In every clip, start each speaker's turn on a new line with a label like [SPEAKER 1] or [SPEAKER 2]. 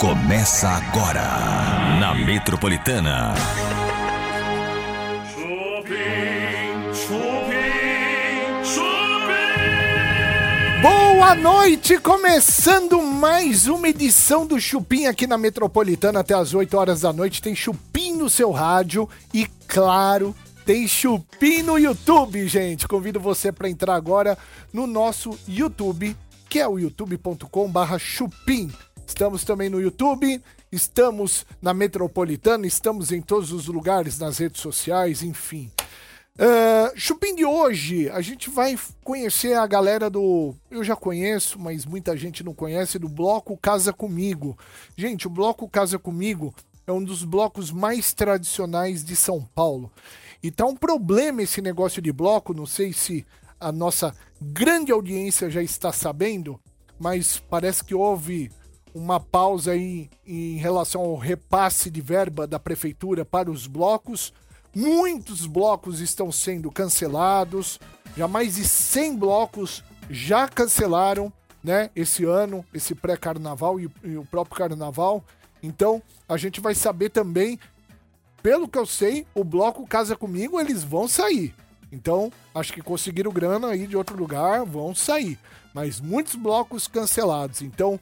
[SPEAKER 1] Começa agora na Metropolitana.
[SPEAKER 2] Chupim, chupim, chupim.
[SPEAKER 3] Boa noite, começando mais uma edição do Chupim aqui na Metropolitana até as 8 horas da noite. Tem Chupim no seu rádio e, claro, tem Chupim no YouTube, gente. Convido você para entrar agora no nosso YouTube, que é o youtube.com/barra Chupim. Estamos também no YouTube, estamos na Metropolitana, estamos em todos os lugares, nas redes sociais, enfim. Ah, Chupim de hoje, a gente vai conhecer a galera do. Eu já conheço, mas muita gente não conhece, do Bloco Casa Comigo. Gente, o Bloco Casa Comigo é um dos blocos mais tradicionais de São Paulo. E tá um problema esse negócio de bloco, não sei se a nossa grande audiência já está sabendo, mas parece que houve uma pausa aí em relação ao repasse de verba da prefeitura para os blocos. Muitos blocos estão sendo cancelados. Já mais de 100 blocos já cancelaram, né? Esse ano, esse pré-carnaval e, e o próprio carnaval. Então, a gente vai saber também. Pelo que eu sei, o bloco Casa Comigo, eles vão sair. Então, acho que conseguiram grana aí de outro lugar, vão sair. Mas muitos blocos cancelados. Então,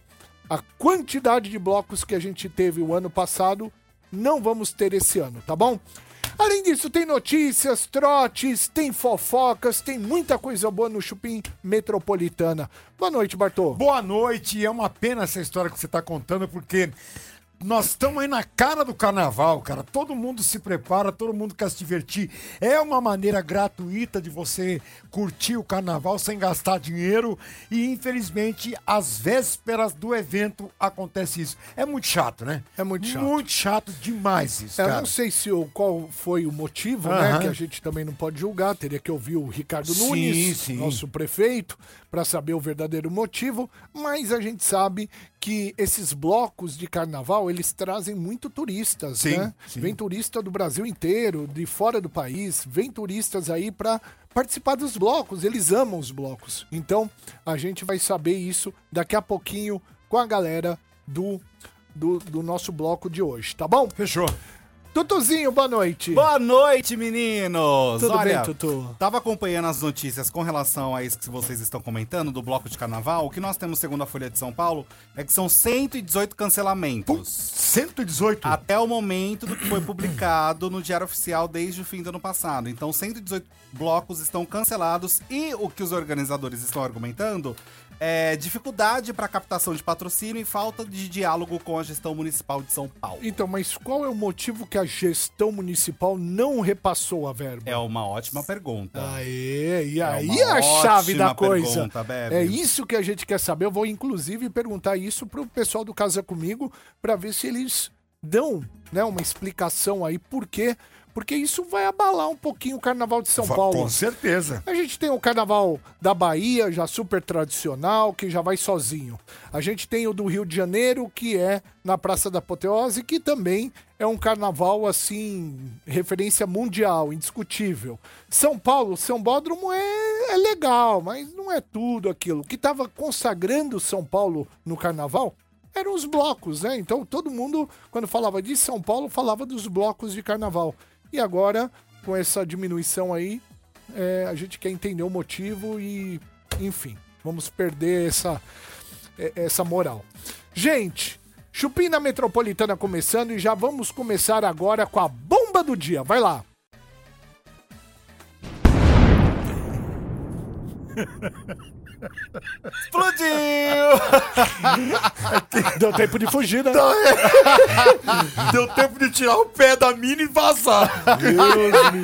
[SPEAKER 3] a quantidade de blocos que a gente teve o ano passado, não vamos ter esse ano, tá bom? Além disso, tem notícias, trotes, tem fofocas, tem muita coisa boa no Chupim Metropolitana. Boa noite, Bartô.
[SPEAKER 4] Boa noite, é uma pena essa história que você está contando, porque nós estamos aí na cara do carnaval, cara. Todo mundo se prepara, todo mundo quer se divertir. É uma maneira gratuita de você curtir o carnaval sem gastar dinheiro e, infelizmente, às vésperas do evento acontece isso. É muito chato, né?
[SPEAKER 3] É muito chato.
[SPEAKER 4] Muito chato demais
[SPEAKER 5] É,
[SPEAKER 4] isso,
[SPEAKER 3] É, Eu
[SPEAKER 4] cara.
[SPEAKER 3] não sei se o, qual foi o motivo, né?
[SPEAKER 4] Aham.
[SPEAKER 3] Que a gente também não pode julgar. Teria que ouvir o Ricardo
[SPEAKER 4] Sim,
[SPEAKER 3] Nunes,
[SPEAKER 4] sim.
[SPEAKER 3] nosso prefeito, para saber o verdadeiro motivo. Mas a gente sabe que esses blocos de carnaval eles trazem muito turistas,
[SPEAKER 4] Sim,
[SPEAKER 3] né?
[SPEAKER 4] sim.
[SPEAKER 3] Vem turista do Brasil inteiro, de fora do país, vem turistas aí para participar dos blocos. Eles amam os blocos. Então a gente vai saber isso daqui a pouquinho com a galera do do, do nosso bloco de hoje, tá bom?
[SPEAKER 4] Fechou.
[SPEAKER 3] Tutuzinho, boa noite.
[SPEAKER 5] Boa noite, meninos!
[SPEAKER 3] Tudo
[SPEAKER 5] Olha,
[SPEAKER 3] bem, Tutu?
[SPEAKER 5] Tava acompanhando as notícias com relação a isso que vocês estão comentando, do bloco de carnaval. O que nós temos segundo a Folha de São Paulo é que são 118 cancelamentos.
[SPEAKER 4] 118?
[SPEAKER 5] Até o momento do que foi publicado no Diário Oficial desde o fim do ano passado. Então, 118 blocos estão cancelados e o que os organizadores estão argumentando é dificuldade para captação de patrocínio e falta de diálogo com a gestão municipal de São Paulo.
[SPEAKER 3] Então, mas qual é o motivo que a gestão municipal não repassou a verba?
[SPEAKER 5] É uma ótima pergunta.
[SPEAKER 3] Aê, e
[SPEAKER 5] uma
[SPEAKER 3] aí é a chave
[SPEAKER 5] ótima
[SPEAKER 3] da coisa.
[SPEAKER 5] pergunta, Bebe.
[SPEAKER 3] é isso que a gente quer saber. Eu vou inclusive perguntar isso pro pessoal do Casa Comigo para ver se eles dão, né, uma explicação aí por quê? Porque isso vai abalar um pouquinho o carnaval de São Paulo.
[SPEAKER 4] Com certeza.
[SPEAKER 3] A gente tem o carnaval da Bahia, já super tradicional, que já vai sozinho. A gente tem o do Rio de Janeiro, que é na Praça da Apoteose, que também é um carnaval, assim, referência mundial, indiscutível. São Paulo, São Bódromo é, é legal, mas não é tudo aquilo. O que estava consagrando São Paulo no carnaval eram os blocos, né? Então todo mundo, quando falava de São Paulo, falava dos blocos de carnaval. E agora, com essa diminuição aí, é, a gente quer entender o motivo e, enfim, vamos perder essa, é, essa moral. Gente, Chupim na Metropolitana começando e já vamos começar agora com a bomba do dia. Vai lá.
[SPEAKER 5] Explodiu!
[SPEAKER 3] Deu tempo de fugir, né?
[SPEAKER 4] Deu tempo de tirar o pé da mina e vazar.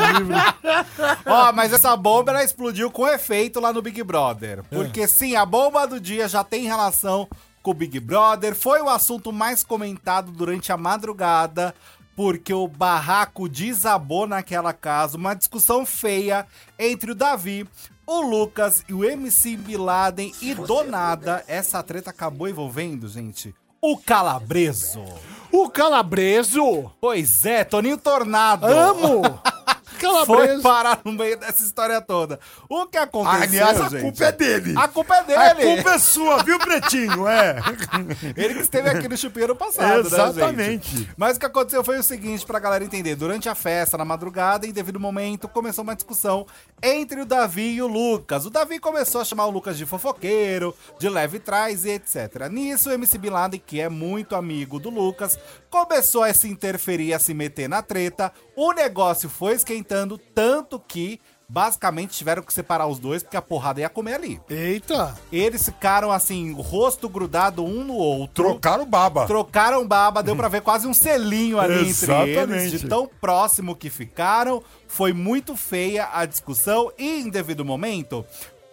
[SPEAKER 5] Ó, mas essa bomba ela explodiu com efeito lá no Big Brother. Porque sim, a bomba do dia já tem relação com o Big Brother. Foi o assunto mais comentado durante a madrugada. Porque o barraco desabou naquela casa. Uma discussão feia entre o Davi, o Lucas e o MC Bin Laden. E do nada, essa treta acabou envolvendo, gente, o Calabreso.
[SPEAKER 3] O Calabreso.
[SPEAKER 5] Pois é, Toninho Tornado.
[SPEAKER 3] Amo.
[SPEAKER 5] foi
[SPEAKER 3] calabresa.
[SPEAKER 5] parar no meio dessa história toda. O que aconteceu,
[SPEAKER 4] Ah, Aliás, a
[SPEAKER 5] gente?
[SPEAKER 4] culpa é dele.
[SPEAKER 5] A culpa é
[SPEAKER 4] A
[SPEAKER 5] dele.
[SPEAKER 4] culpa é sua, viu, Pretinho? É.
[SPEAKER 5] Ele que esteve aqui no chupeiro passado,
[SPEAKER 4] Exatamente.
[SPEAKER 5] né, gente? Mas o que aconteceu foi o seguinte, pra galera entender. Durante a festa, na madrugada, em devido momento, começou uma discussão entre o Davi e o Lucas. O Davi começou a chamar o Lucas de fofoqueiro, de leve trás e etc. Nisso, o MC Bin Laden, que é muito amigo do Lucas, começou a se interferir, a se meter na treta. O negócio foi esquentando, tanto que... Basicamente tiveram que separar os dois porque a porrada ia comer ali.
[SPEAKER 3] Eita.
[SPEAKER 5] Eles ficaram assim, o rosto grudado um no outro.
[SPEAKER 4] Trocaram o baba.
[SPEAKER 5] Trocaram baba, deu pra ver quase um selinho ali entre eles,
[SPEAKER 4] Exatamente.
[SPEAKER 5] de tão próximo que ficaram. Foi muito feia a discussão e, em devido momento,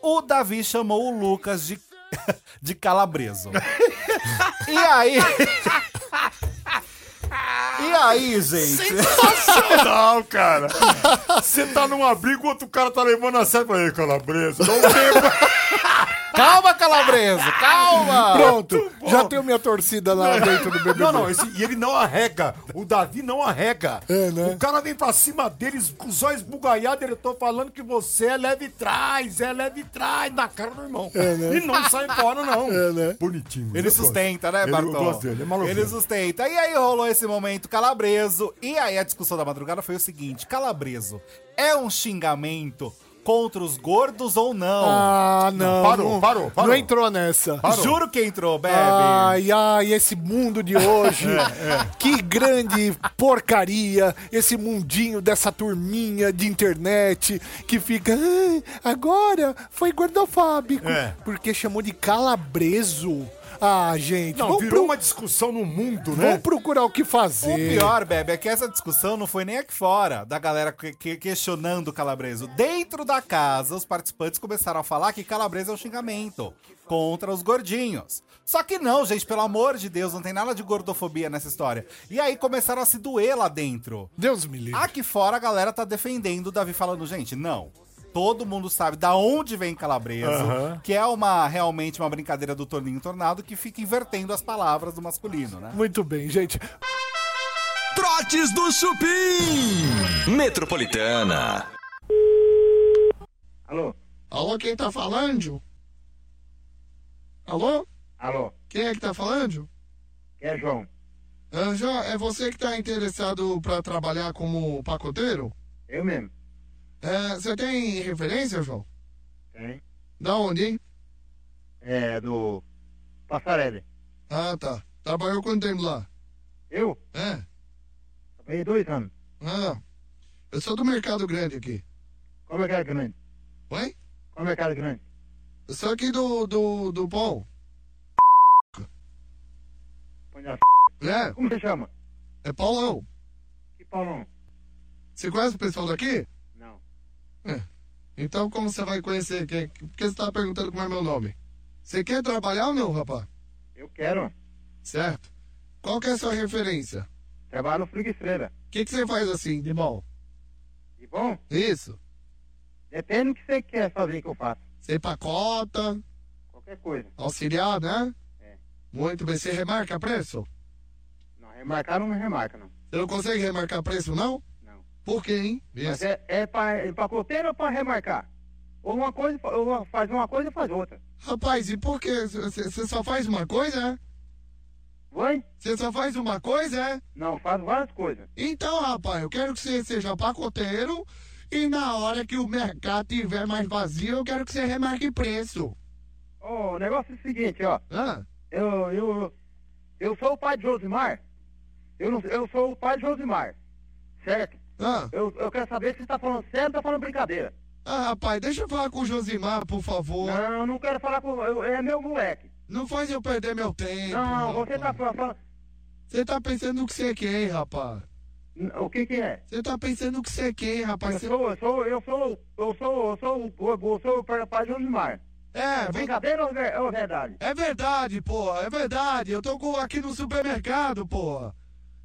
[SPEAKER 5] o Davi chamou o Lucas de, de calabreso. e aí... e aí, gente?
[SPEAKER 4] Não, cara. Você tá num abrigo, outro cara tá levando a sério. Falei, calabresa, não lembra.
[SPEAKER 5] Calma, calabreso, calma!
[SPEAKER 3] Pronto, já tenho minha torcida lá dentro do BBB.
[SPEAKER 4] Não, não, esse- e ele não arrega. O Davi não arrega.
[SPEAKER 3] É, né?
[SPEAKER 4] O cara vem pra cima deles com os olhos bugalhados. Ele tô falando que você é leve trás, é leve trás, na cara do irmão. E não sai fora, não.
[SPEAKER 3] É, né?
[SPEAKER 4] Bonitinho.
[SPEAKER 5] Ele
[SPEAKER 4] eu gosto.
[SPEAKER 5] sustenta, né,
[SPEAKER 4] Ele-
[SPEAKER 5] Bartol?
[SPEAKER 4] Eu gosto dele, é maluco.
[SPEAKER 5] Ele sustenta. E aí rolou esse momento calabreso. E aí a discussão da madrugada foi o seguinte: calabreso é um xingamento contra os gordos ou não?
[SPEAKER 3] Ah, não.
[SPEAKER 4] parou,
[SPEAKER 3] não-
[SPEAKER 4] parou, parou.
[SPEAKER 3] Não entrou nessa.
[SPEAKER 5] Juro que entrou,
[SPEAKER 4] É,
[SPEAKER 5] Bebe.
[SPEAKER 3] Ai, ai, esse mundo de hoje.
[SPEAKER 4] é.
[SPEAKER 3] Que grande porcaria. Esse mundinho dessa turminha de internet que fica. "Ah, agora foi gordofóbico.
[SPEAKER 4] É.
[SPEAKER 3] Porque chamou de calabreso. Ah, gente.
[SPEAKER 4] Não,
[SPEAKER 3] vamos,
[SPEAKER 4] virou
[SPEAKER 3] pro-
[SPEAKER 4] uma discussão no mundo, né?
[SPEAKER 3] vamos procurar o que fazer.
[SPEAKER 5] O pior, Bebe, é que essa discussão não foi nem aqui fora, da galera que- que- questionando o Calabreso. Dentro da casa, os participantes começaram a falar que Calabreso é um xingamento contra os gordinhos. Só que não, gente, pelo amor de Deus, não tem nada de gordofobia nessa história. E aí começaram a se doer lá dentro.
[SPEAKER 3] Deus me
[SPEAKER 4] Ah.
[SPEAKER 3] livre.
[SPEAKER 5] Aqui fora a galera tá defendendo o Davi falando, gente, não. Todo mundo sabe da onde vem calabreso, que é uma realmente uma brincadeira do Torninho Tornado que fica invertendo as palavras do masculino, né?
[SPEAKER 3] Muito bem, gente.
[SPEAKER 1] Trotes do Chupim. Metropolitana.
[SPEAKER 6] Alô?
[SPEAKER 7] Alô, quem tá falando? Alô?
[SPEAKER 6] Alô?
[SPEAKER 7] Quem é que tá falando?
[SPEAKER 6] Quem é João?
[SPEAKER 7] Ah, João, é você que tá interessado pra trabalhar como pacoteiro?
[SPEAKER 6] Eu mesmo.
[SPEAKER 7] É, você tem referência, João?
[SPEAKER 6] Tem.
[SPEAKER 7] Da onde, hein?
[SPEAKER 6] É do Passarelli.
[SPEAKER 7] Ah, tá. Trabalhou quanto tempo lá?
[SPEAKER 6] Eu?
[SPEAKER 7] É?
[SPEAKER 6] Trabalhei dois anos.
[SPEAKER 7] Ah, eu sou do Mercado Grande aqui.
[SPEAKER 6] Qual mercado grande?
[SPEAKER 7] Oi?
[SPEAKER 6] Qual mercado grande?
[SPEAKER 7] Eu sou aqui do, do, do Paul.
[SPEAKER 6] Põe na f***.
[SPEAKER 7] É,
[SPEAKER 6] Como você chama?
[SPEAKER 7] é Paulão.
[SPEAKER 6] Que Paulão?
[SPEAKER 7] Você conhece o pessoal daqui?
[SPEAKER 6] Não.
[SPEAKER 7] Então como você vai conhecer quem? Porque você tá perguntando como é meu nome. Você quer trabalhar ou não, rapaz?
[SPEAKER 6] Eu quero.
[SPEAKER 7] Certo? Qual que é a sua referência?
[SPEAKER 6] Trabalho no Frigestreira.
[SPEAKER 7] O que, que você faz assim, de bom?
[SPEAKER 6] E bom?
[SPEAKER 7] Isso.
[SPEAKER 6] Depende do que você quer fazer que eu faça.
[SPEAKER 7] Você pacota,
[SPEAKER 6] Qualquer coisa.
[SPEAKER 7] auxiliar, né?
[SPEAKER 6] É.
[SPEAKER 7] Muito bem. Você remarca preço?
[SPEAKER 6] Não, remarcar não remarca, não.
[SPEAKER 7] Você não consegue remarcar preço, não?
[SPEAKER 6] Não.
[SPEAKER 7] Por quê, hein?
[SPEAKER 6] Mas
[SPEAKER 7] Isso.
[SPEAKER 6] é, é pra é pacoteiro ou pra remarcar? Ou uma coisa, ou uma- faz uma coisa e faz outra.
[SPEAKER 7] Rapaz, e por quê? Você você só faz uma coisa, é?
[SPEAKER 6] Vai?
[SPEAKER 7] Você só faz uma coisa, é?
[SPEAKER 6] Não, faz várias coisas.
[SPEAKER 7] Então, rapaz, eu quero que você seja pacoteiro e na hora que o mercado tiver mais vazio, eu quero que você remarque preço.
[SPEAKER 6] Ó, o negócio é o seguinte, ó.
[SPEAKER 7] Ah,
[SPEAKER 6] Eu, eu, eu sou o pai de Josimar. Eu, não, eu sou o pai de Josimar. Certo?
[SPEAKER 7] ah,
[SPEAKER 6] Eu, eu quero saber se você tá falando sério ou tá falando brincadeira.
[SPEAKER 7] ah, rapaz, deixa eu falar com o Josimar, por favor. Não,
[SPEAKER 6] Não, eu não quero falar com. Eu, é meu moleque.
[SPEAKER 7] faz eu perder meu tempo.
[SPEAKER 6] Não, você tá
[SPEAKER 7] rapaz.
[SPEAKER 6] fa- falando.
[SPEAKER 7] Você tá pensando o que você quer, hein, rapaz?
[SPEAKER 6] N- O que que é?
[SPEAKER 7] Você tá pensando o que você quer, hein, rapaz?
[SPEAKER 6] Eu
[SPEAKER 7] Cê-
[SPEAKER 6] sou, eu sou, eu sou, eu sou, eu sou, eu sou, eu sou o pai de Josimar.
[SPEAKER 7] É,
[SPEAKER 6] É
[SPEAKER 7] vem
[SPEAKER 6] brincadeira ou ver- ou verdade?
[SPEAKER 7] É verdade, porra, é verdade. Eu tô com- aqui no supermercado, porra.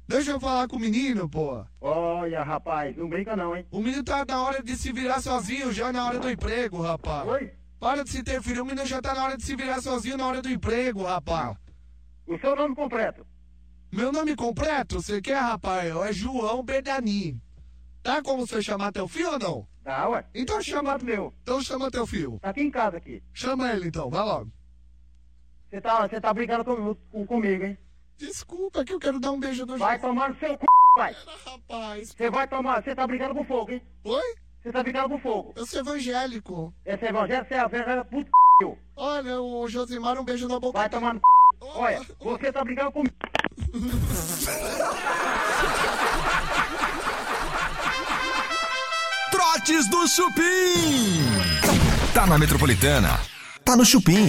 [SPEAKER 7] Deixa eu falar com o menino, porra.
[SPEAKER 6] Olha, rapaz, não brinca não, hein?
[SPEAKER 7] O menino tá na hora de se virar sozinho, já na hora do emprego, rapaz.
[SPEAKER 6] Oi?
[SPEAKER 7] Para de se interferir, o menino já tá na hora de se virar sozinho na hora do emprego, rapaz.
[SPEAKER 6] O seu nome completo.
[SPEAKER 7] Meu nome completo, você quer, rapaz? É João Bernani. Tá como você chamar teu filho ou não?
[SPEAKER 6] Tá, ué.
[SPEAKER 7] Então chama
[SPEAKER 6] Chamado meu.
[SPEAKER 7] Então chama teu filho.
[SPEAKER 6] Tá aqui em casa aqui.
[SPEAKER 7] Chama ele então, vai logo.
[SPEAKER 6] Você tá, você tá brigando com, com- comigo, hein?
[SPEAKER 7] Desculpa que eu quero dar um beijo no
[SPEAKER 6] Vai
[SPEAKER 7] Ju-
[SPEAKER 6] tomar no seu c, vai.
[SPEAKER 7] Rapaz,
[SPEAKER 6] Você vai tomar, você tá brigando com fogo, hein?
[SPEAKER 7] oi?
[SPEAKER 6] Você tá brigando com fogo.
[SPEAKER 7] Eu sou evangélico.
[SPEAKER 6] Esse evangelho, você é a verdadeira puta c. seu.
[SPEAKER 7] Olha, o Josimar, um beijo na boca.
[SPEAKER 6] Vai tomar no c. Olha, você tá brigando comigo.
[SPEAKER 1] Trotes do Chupim. Tá na Metropolitana. Tá no Chupim.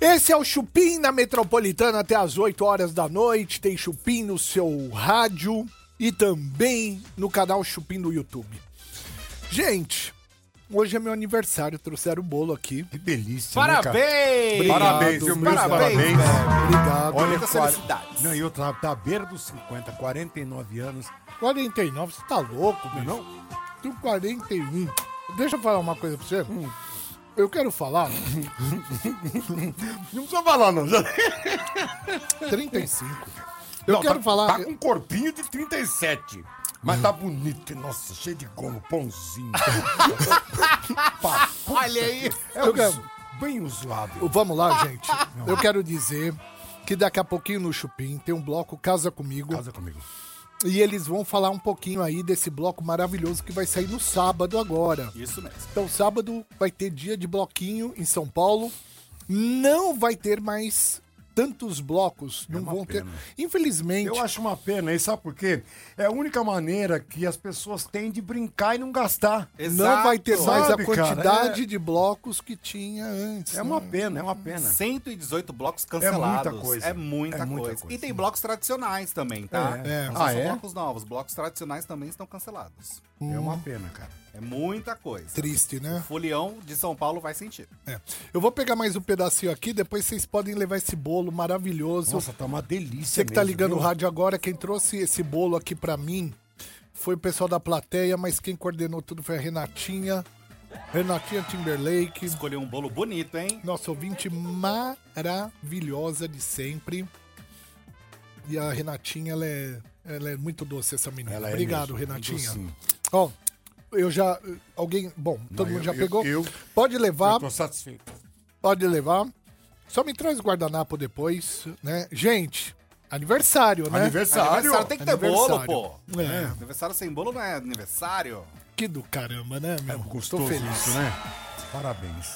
[SPEAKER 3] Esse é o Chupim na Metropolitana até as 8 horas da noite. Tem Chupim no seu rádio e também no canal Chupim do YouTube. Gente, hoje é meu aniversário. Trouxeram o bolo aqui.
[SPEAKER 4] Que delícia, né, cara?
[SPEAKER 5] Parabéns!
[SPEAKER 3] Obrigado,
[SPEAKER 4] Parabéns, viu? Meus
[SPEAKER 5] parabéns,
[SPEAKER 4] parabéns.
[SPEAKER 3] Obrigado.
[SPEAKER 4] Olha,
[SPEAKER 5] Muitas
[SPEAKER 4] quar-
[SPEAKER 5] felicidades.
[SPEAKER 4] Não, e eu tava tá à beira dos 50, 49 anos.
[SPEAKER 3] 49, você tá louco, bicho?
[SPEAKER 4] Não?
[SPEAKER 3] Tenho 41. Deixa eu falar uma coisa pra você.
[SPEAKER 4] Hum.
[SPEAKER 3] Eu quero falar
[SPEAKER 4] Não precisa falar, não. Já-
[SPEAKER 3] 35. Eu
[SPEAKER 4] Não,
[SPEAKER 3] quero
[SPEAKER 4] tá,
[SPEAKER 3] falar.
[SPEAKER 4] Tá com um corpinho de 37. Mas tá bonito, nossa, cheio de gomo, pãozinho.
[SPEAKER 5] Olha aí!
[SPEAKER 4] É
[SPEAKER 3] Eu
[SPEAKER 4] um
[SPEAKER 3] quero-
[SPEAKER 4] zo- bem usuável.
[SPEAKER 3] Vamos lá, gente. Eu quero dizer que daqui a pouquinho no Chupim tem um bloco Casa Comigo.
[SPEAKER 4] Casa comigo.
[SPEAKER 3] E eles vão falar um pouquinho aí desse bloco maravilhoso que vai sair no sábado agora.
[SPEAKER 5] Isso mesmo.
[SPEAKER 3] Então, sábado vai ter dia de bloquinho em São Paulo. Não vai ter mais tantos blocos. Não
[SPEAKER 4] É uma
[SPEAKER 3] vão
[SPEAKER 4] pena.
[SPEAKER 3] ter. Infelizmente.
[SPEAKER 4] Eu acho uma pena, e sabe por quê? É a única maneira que as pessoas têm de brincar e não gastar.
[SPEAKER 3] Não vai ter
[SPEAKER 4] Exato.
[SPEAKER 3] mais a
[SPEAKER 4] Sabe, cara,
[SPEAKER 3] quantidade de blocos que tinha antes. né?
[SPEAKER 4] É uma pena, é uma pena.
[SPEAKER 5] 118 blocos cancelados.
[SPEAKER 4] É muita coisa.
[SPEAKER 5] É muita,
[SPEAKER 4] É muita
[SPEAKER 5] coisa.
[SPEAKER 4] coisa.
[SPEAKER 5] E tem blocos tradicionais também, tá?
[SPEAKER 4] É. É.
[SPEAKER 5] Não
[SPEAKER 4] Ah,
[SPEAKER 5] são
[SPEAKER 4] é?
[SPEAKER 5] blocos novos. Blocos tradicionais também estão cancelados.
[SPEAKER 4] É uma pena, cara.
[SPEAKER 5] É muita coisa.
[SPEAKER 3] Triste, né?
[SPEAKER 5] Folião de São Paulo vai sentir.
[SPEAKER 3] É. Eu vou pegar mais um pedacinho aqui, depois vocês podem levar esse bolo maravilhoso.
[SPEAKER 4] Nossa, tá uma delícia
[SPEAKER 3] Você que tá
[SPEAKER 4] mesmo,
[SPEAKER 3] ligando
[SPEAKER 4] viu?
[SPEAKER 3] o rádio agora, quem trouxe esse bolo aqui pra mim foi o pessoal da plateia, mas quem coordenou tudo foi a Renatinha, Renatinha Timberlake,
[SPEAKER 5] Escolheu um bolo bonito, hein?
[SPEAKER 3] nossa ouvinte maravilhosa de sempre. E a Renatinha, ela é, ela é muito doce, essa menina.
[SPEAKER 4] Ela é
[SPEAKER 3] Obrigado,
[SPEAKER 4] mesmo,
[SPEAKER 3] Renatinha.
[SPEAKER 4] docinho.
[SPEAKER 3] Ó, eu já. Alguém. Bom, todo
[SPEAKER 4] Não,
[SPEAKER 3] mundo
[SPEAKER 4] eu-
[SPEAKER 3] já
[SPEAKER 4] eu-
[SPEAKER 3] pegou?
[SPEAKER 4] eu-
[SPEAKER 3] Pode levar.
[SPEAKER 4] Eu tô satisfeito.
[SPEAKER 3] Pode levar. Só me traz o guardanapo depois, né? Gente, aniversário, né?
[SPEAKER 4] Aniversário.
[SPEAKER 5] Aniversário tem que ter bolo,
[SPEAKER 3] Aniversário.
[SPEAKER 5] pô.
[SPEAKER 3] É.
[SPEAKER 5] Aniversário sem bolo não é aniversário.
[SPEAKER 3] Que do caramba, né, meu?
[SPEAKER 4] É Gostoso feliz. isso, né? Parabéns.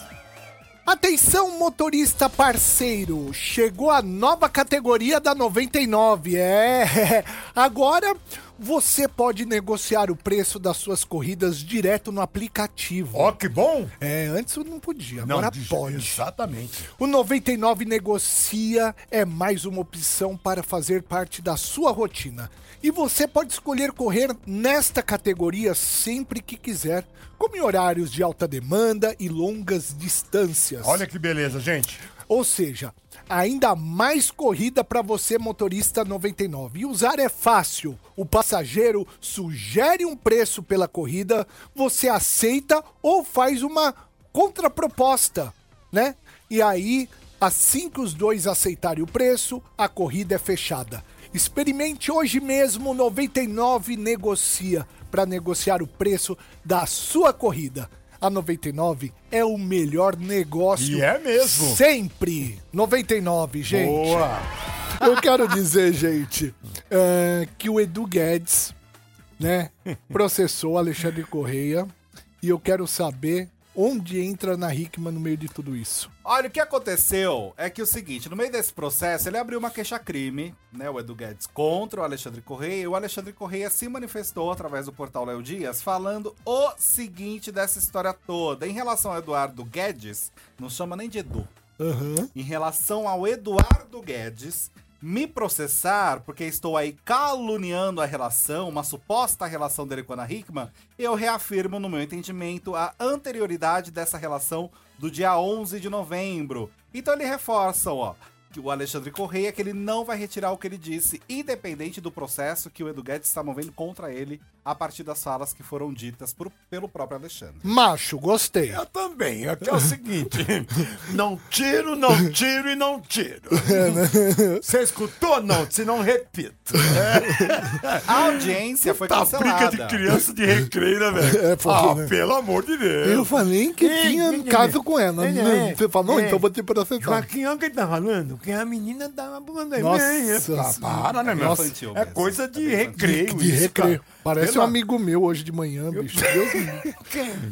[SPEAKER 3] Atenção, motorista parceiro! Chegou a nova categoria da 99. É! Agora você pode negociar o preço das suas corridas direto no aplicativo.
[SPEAKER 4] Ó, que bom!
[SPEAKER 3] É, antes eu não podia, agora
[SPEAKER 4] de-
[SPEAKER 3] pode.
[SPEAKER 4] Exatamente.
[SPEAKER 3] O 99 Negocia é mais uma opção para fazer parte da sua rotina. E você pode escolher correr nesta categoria sempre que quiser, como em horários de alta demanda e longas distâncias.
[SPEAKER 4] Olha que beleza, gente.
[SPEAKER 3] Ou seja, ainda mais corrida para você, motorista 99. E usar é fácil. O passageiro sugere um preço pela corrida, você aceita ou faz uma contraproposta, né? E aí, assim que os dois aceitarem o preço, a corrida é fechada. Experimente hoje mesmo o 99 Negocia para negociar o preço da sua corrida. A 99 é o melhor negócio.
[SPEAKER 4] E é mesmo.
[SPEAKER 3] Sempre 99, gente.
[SPEAKER 4] Boa!
[SPEAKER 3] Eu quero dizer, gente, é, que o Edu Guedes, né, processou o Alexandre Correia e eu quero saber onde entra na Hickman no meio de tudo isso.
[SPEAKER 5] Olha, o que aconteceu é que o seguinte, no meio desse processo, ele abriu uma queixa-crime, né, o Edu Guedes, contra o Alexandre Correia, e o Alexandre Correia se manifestou através do portal Léo Dias, falando o seguinte dessa história toda. Em relação ao Eduardo Guedes, não chama nem de Edu, em relação ao Eduardo Guedes me processar porque estou aí caluniando a relação, uma suposta relação dele com a Ana Hickman, eu reafirmo no meu entendimento a anterioridade dessa relação do dia 11 de novembro. Então ele reforça, ó. o Alexandre Correia que ele não vai retirar o que ele disse, independente do processo que o Edu Guedes está movendo contra ele a partir das falas que foram ditas por- pelo próprio Alexandre.
[SPEAKER 3] Macho, gostei.
[SPEAKER 4] Eu também. É que é o seguinte: não tiro, não tiro e não tiro. Você escutou? Não, se não repito.
[SPEAKER 5] A audiência foi
[SPEAKER 4] Tá briga
[SPEAKER 5] cancelada.
[SPEAKER 4] de criança de recreio, né, velho?
[SPEAKER 3] É, pô,
[SPEAKER 4] ah,
[SPEAKER 3] né?
[SPEAKER 4] pelo amor de
[SPEAKER 3] Eu
[SPEAKER 4] Deus.
[SPEAKER 3] falei que
[SPEAKER 8] Ei,
[SPEAKER 3] tinha
[SPEAKER 8] ei,
[SPEAKER 3] caso
[SPEAKER 8] ei,
[SPEAKER 3] com ela.
[SPEAKER 8] ei,
[SPEAKER 3] né?
[SPEAKER 8] ei,
[SPEAKER 3] Você falou,
[SPEAKER 8] ei.
[SPEAKER 3] então vou te processar.
[SPEAKER 8] Joaquim,
[SPEAKER 4] é
[SPEAKER 8] olha o que ele tá falando. Que a menina
[SPEAKER 4] tá
[SPEAKER 8] tava pulando aí.
[SPEAKER 3] Nossa,
[SPEAKER 4] Para, né, meu?
[SPEAKER 5] Nossa, infantil
[SPEAKER 4] é
[SPEAKER 5] mesmo.
[SPEAKER 4] coisa de
[SPEAKER 5] É bem
[SPEAKER 4] recreio.
[SPEAKER 3] de
[SPEAKER 4] isso,
[SPEAKER 3] recreio.
[SPEAKER 4] cara.
[SPEAKER 3] Parece
[SPEAKER 4] Pela-
[SPEAKER 3] um amigo meu hoje de manhã, bicho. Deus me livre.